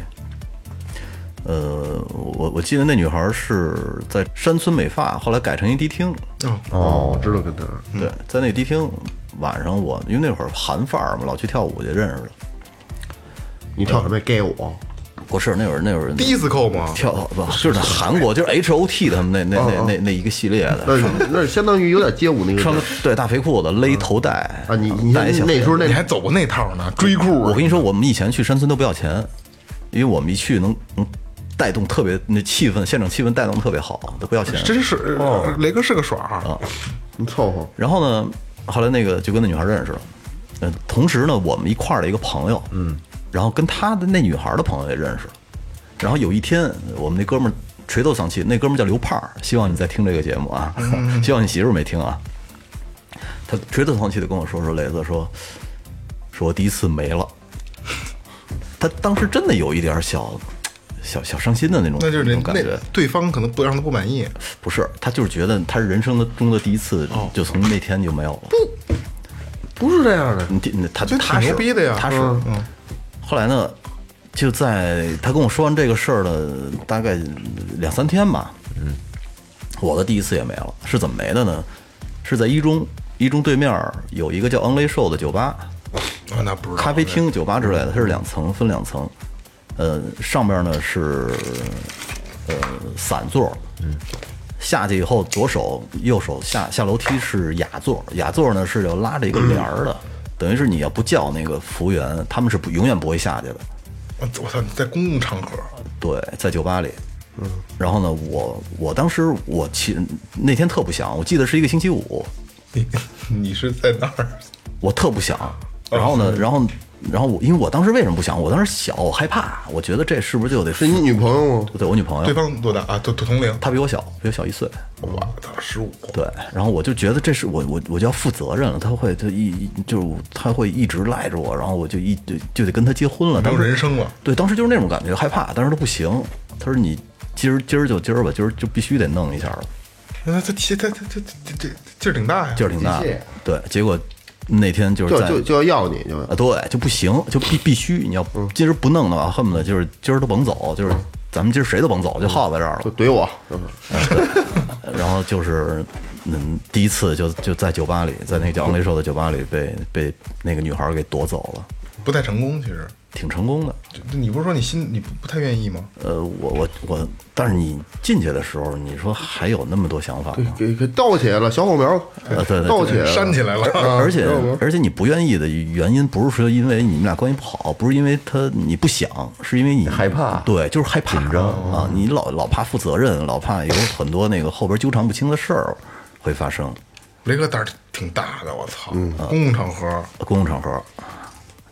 B: 呃，我我记得那女孩是在山村美发，后来改成一迪厅。
D: 哦，我知道跟他
B: 对，在那迪厅晚上我，因为那会儿韩范儿嘛，老去跳舞去认识的。
D: 你跳什么呀？gay 我，
B: 不是那会儿那会儿
A: disco 吗？
B: 跳不就是在韩国就是 H O T 他们那那那那那一个系列的，
D: 那那相当于有点街舞那个
B: 穿个对大肥裤子勒头带
D: 啊，你你
B: 戴一小
D: 那时候那
A: 你还走过那套呢？追裤，
B: 我跟你说，我们以前去山村都不要钱，因为我们一去能能带动特别那气氛，现场气氛带动特别好，都不要钱。
A: 真是
B: 哦
A: 雷哥是个爽啊！
D: 你凑合，
B: 然后呢，后来那个就跟那女孩认识了，嗯，同时呢，我们一块儿的一个朋友，嗯，然后跟他的那女孩的朋友也认识了，然后有一天，我们那哥们儿垂头丧气，那哥们儿叫刘胖儿，希望你在听这个节目啊，
A: 嗯
B: 希望你媳妇儿没听啊。他垂头丧气的跟我说说，雷子说，说我第一次没了，他当时真的有一点儿小。小小伤心的那种，
A: 那就是
B: 那
A: 那
B: 种感觉
A: 那，对方可能不让他不满意，
B: 不是，他就是觉得他人生的中的第一次，
A: 哦
B: 就从那天就没有了。
D: 不是这样的。
B: 你听你他
A: 就挺
B: 他是
A: 牛逼的呀
B: 他是。
A: 嗯
B: 后来呢，就在他跟我说完这个事儿的大概两三天吧，嗯，我的第一次也没了，是怎么没的呢？是在一中，一中对面儿有一个叫 Only Show 的酒吧，
A: 啊，那不是
B: 咖啡厅、酒吧之类的，它是两层，分两层。呃，上边呢是呃散座，嗯，下去以后左手右手下下楼梯是雅座，雅座呢是要拉着一个帘儿的，等于是你要不叫那个服务员，他们是不永远不会下去的。
A: 我操！你在公共场合，
B: 对，在酒吧里，嗯，然后呢，我我当时我其那天特不想，我记得是一个星期五，
A: 你是在哪儿？
B: 嗯我特不想。
A: 哦
B: 然后呢，然后然后我因为我当时为什么不想？我当时小，我害怕，我觉得这是不是就得
D: 是你女朋友吗？
B: 对我女朋友，
A: 对方多大啊？同同龄？
B: 她比我小，比我小一岁。
A: 我操，十五。
B: 对，然后我就觉得这是我我我就要负责任了，她会她一一就是她会一直赖着我，然后我就一就就得跟她结婚了，
A: 没有
B: 当时
A: 人生了。
B: 对，当时就是那种感觉，害怕，但是都不行。她说你今儿今儿就今儿吧，今儿就必须得弄一下了，
A: 那他他他他他这劲儿挺大呀。
B: 劲儿挺大的
D: 机械。
B: 对，结果那天就是
D: 就
B: 在
D: 就就要要你，就
B: 啊，对，就不行，就必必须你要今儿不弄的话，恨不得就是今儿都甭走，就是咱们今儿谁都甭走，就耗在这儿了
D: 就。怼我，嗯
B: 然后就是，嗯，第一次就就在酒吧里，在那个叫 Only Show 的酒吧里被被那个女孩给夺走了，
A: 不太成功，其实。
B: 挺成功的。
A: 就你不是说你心你不不太愿意吗？
B: 呃，我我我，但是你进去的时候，你说还有那么多想法吗？
D: 给给倒起来了，小火苗，
B: 呃，对对
D: 倒起
B: 对。
D: 来了，
A: 扇起来 了。啊
B: 而且而且你不愿意的原因不是说因为你们俩关系不好，不是因为他你不想，是因为你
C: 害怕
B: 对，就是害怕紧张啊，你老老怕负责任，老怕有很多那个后边纠缠不清的事儿会发生，
A: 雷哥胆儿挺大的，我操！
B: 嗯
A: 公共场合
B: 公共场合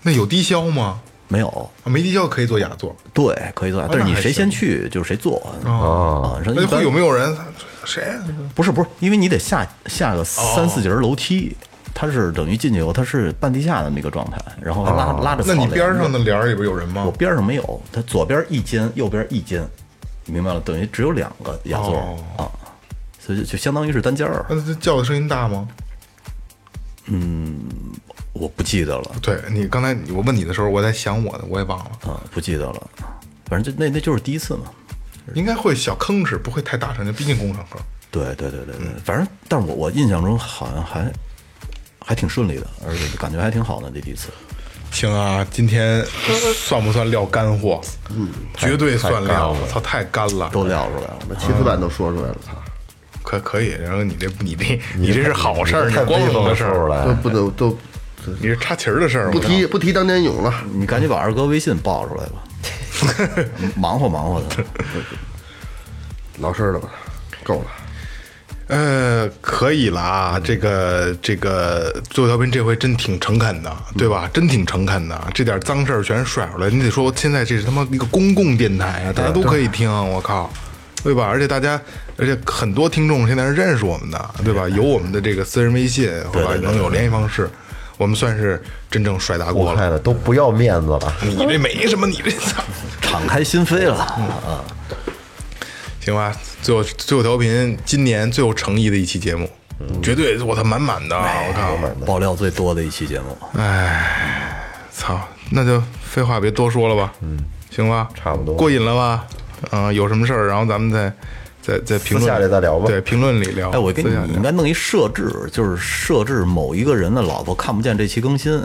A: 那有低消吗？
B: 没有。
A: 啊没低消可以做雅座。
B: 对，可以做，但是你
A: 啊那还
B: 谁先
A: 行
B: 去就是谁做
A: 哦
B: 啊。然后
A: 那
B: 一
A: 会
B: 般
A: 有没有人谁？
B: 不是不是，因为你得下下
A: 哦
B: 个三四节楼梯，它是等于进去以后它是半地下的那个状态，然后拉拉着
A: 那
B: 草
A: 你
B: 帘
A: 边
B: 子
A: 上的帘儿里边有人吗
B: 我？哦边上没有，它左边一间，右边一间，你明白了？等于只有两个雅座、
A: 哦呃
B: 啊，所以就就相当于是单间儿。
A: 那这叫的声音大吗？
B: 我不记得了
A: 对你刚才我问你的时候，我在想我的，我也忘了，
B: 啊，不记得了，反正就那那就是第一次嘛。
A: 应该会小吭哧，不会太大声，就毕竟公共场合。
B: 对对对对对，反正，但是我我印象中好像还还挺顺利的，而且感觉还挺好的这第一次。
A: 行啊，今天算不算撂干货？嗯，绝对算撂。我操，太干了，
B: 都撂出来了。
D: 把七四版都说出来了，操，
A: 可可以。然后你这你这你这是好事儿，你
C: 太
A: 光
C: 威
A: 荣
C: 风
A: 的
C: 了，
A: 事
C: 说出
A: 儿，
C: 来
D: 都。不能都
A: 你是插旗儿的事儿。
D: 不提不提当年勇了，
B: 你赶紧把二哥微信报出来吧，忙活忙活他。
D: 老事儿了吧，够了，
A: 呃，可以了啊，这个这个最后调频这回真挺诚恳的，对吧？真挺诚恳的，这点脏事儿全甩出来。你得说，现在这是他妈一个公共电台啊，大家都可以听，我靠，对吧？而且大家，而且很多听众现在是认识我们的，对吧？有我们的这个私人微信，好吧，能有联系方式，我们算是真正甩大锅
C: 我看
A: 了。
C: 了都不要面子了，
A: 你这没什么，你这操。
B: 敞开心扉了啊！
A: 行吧，最后最后调频今年最有诚意的一期节目，绝对我操满嗯满的，啊我靠。
B: 爆料最多的一期节目，
A: 操，那就废话别多说了吧，嗯，行吧，
C: 差不多
A: 过瘾了吧？嗯、有什么事儿，然后咱们再再再评论
C: 私下里再聊吧
A: 对，评论里聊。
B: 哎，我跟
A: 私下
B: 你
A: 里
B: 你应该弄一设置，就是设置某一个人的老婆看不见这期更新，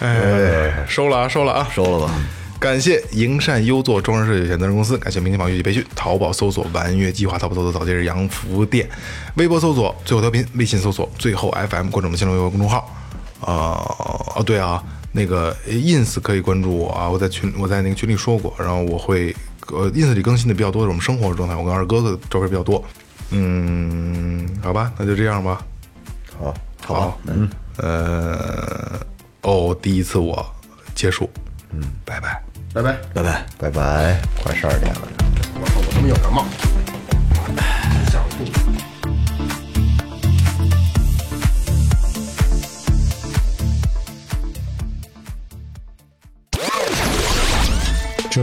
A: 哎，收了啊，收了啊，
B: 收了吧。
A: 感谢营善优作装饰设计有限责任公司，感谢明天网乐器培训，淘宝搜索“玩乐计划”，淘宝搜索“早些日洋服店”，微博搜索“最后调频”，微信搜索“最后 FM”，关注我们新浪微博公众号。呃，哦对啊，那个呃 ins 可以关注我啊，我在群我在那个群里说过，然后我会呃 ins 里更新的比较多的是我们生活状态，我跟二哥的照片比较多。嗯，好吧，那就这样吧。
C: 好，
A: 好，嗯，呃，哦，第一次我结束，嗯，拜拜。
D: 拜拜。
B: 拜拜。
C: 拜拜，快十二点了。
E: 这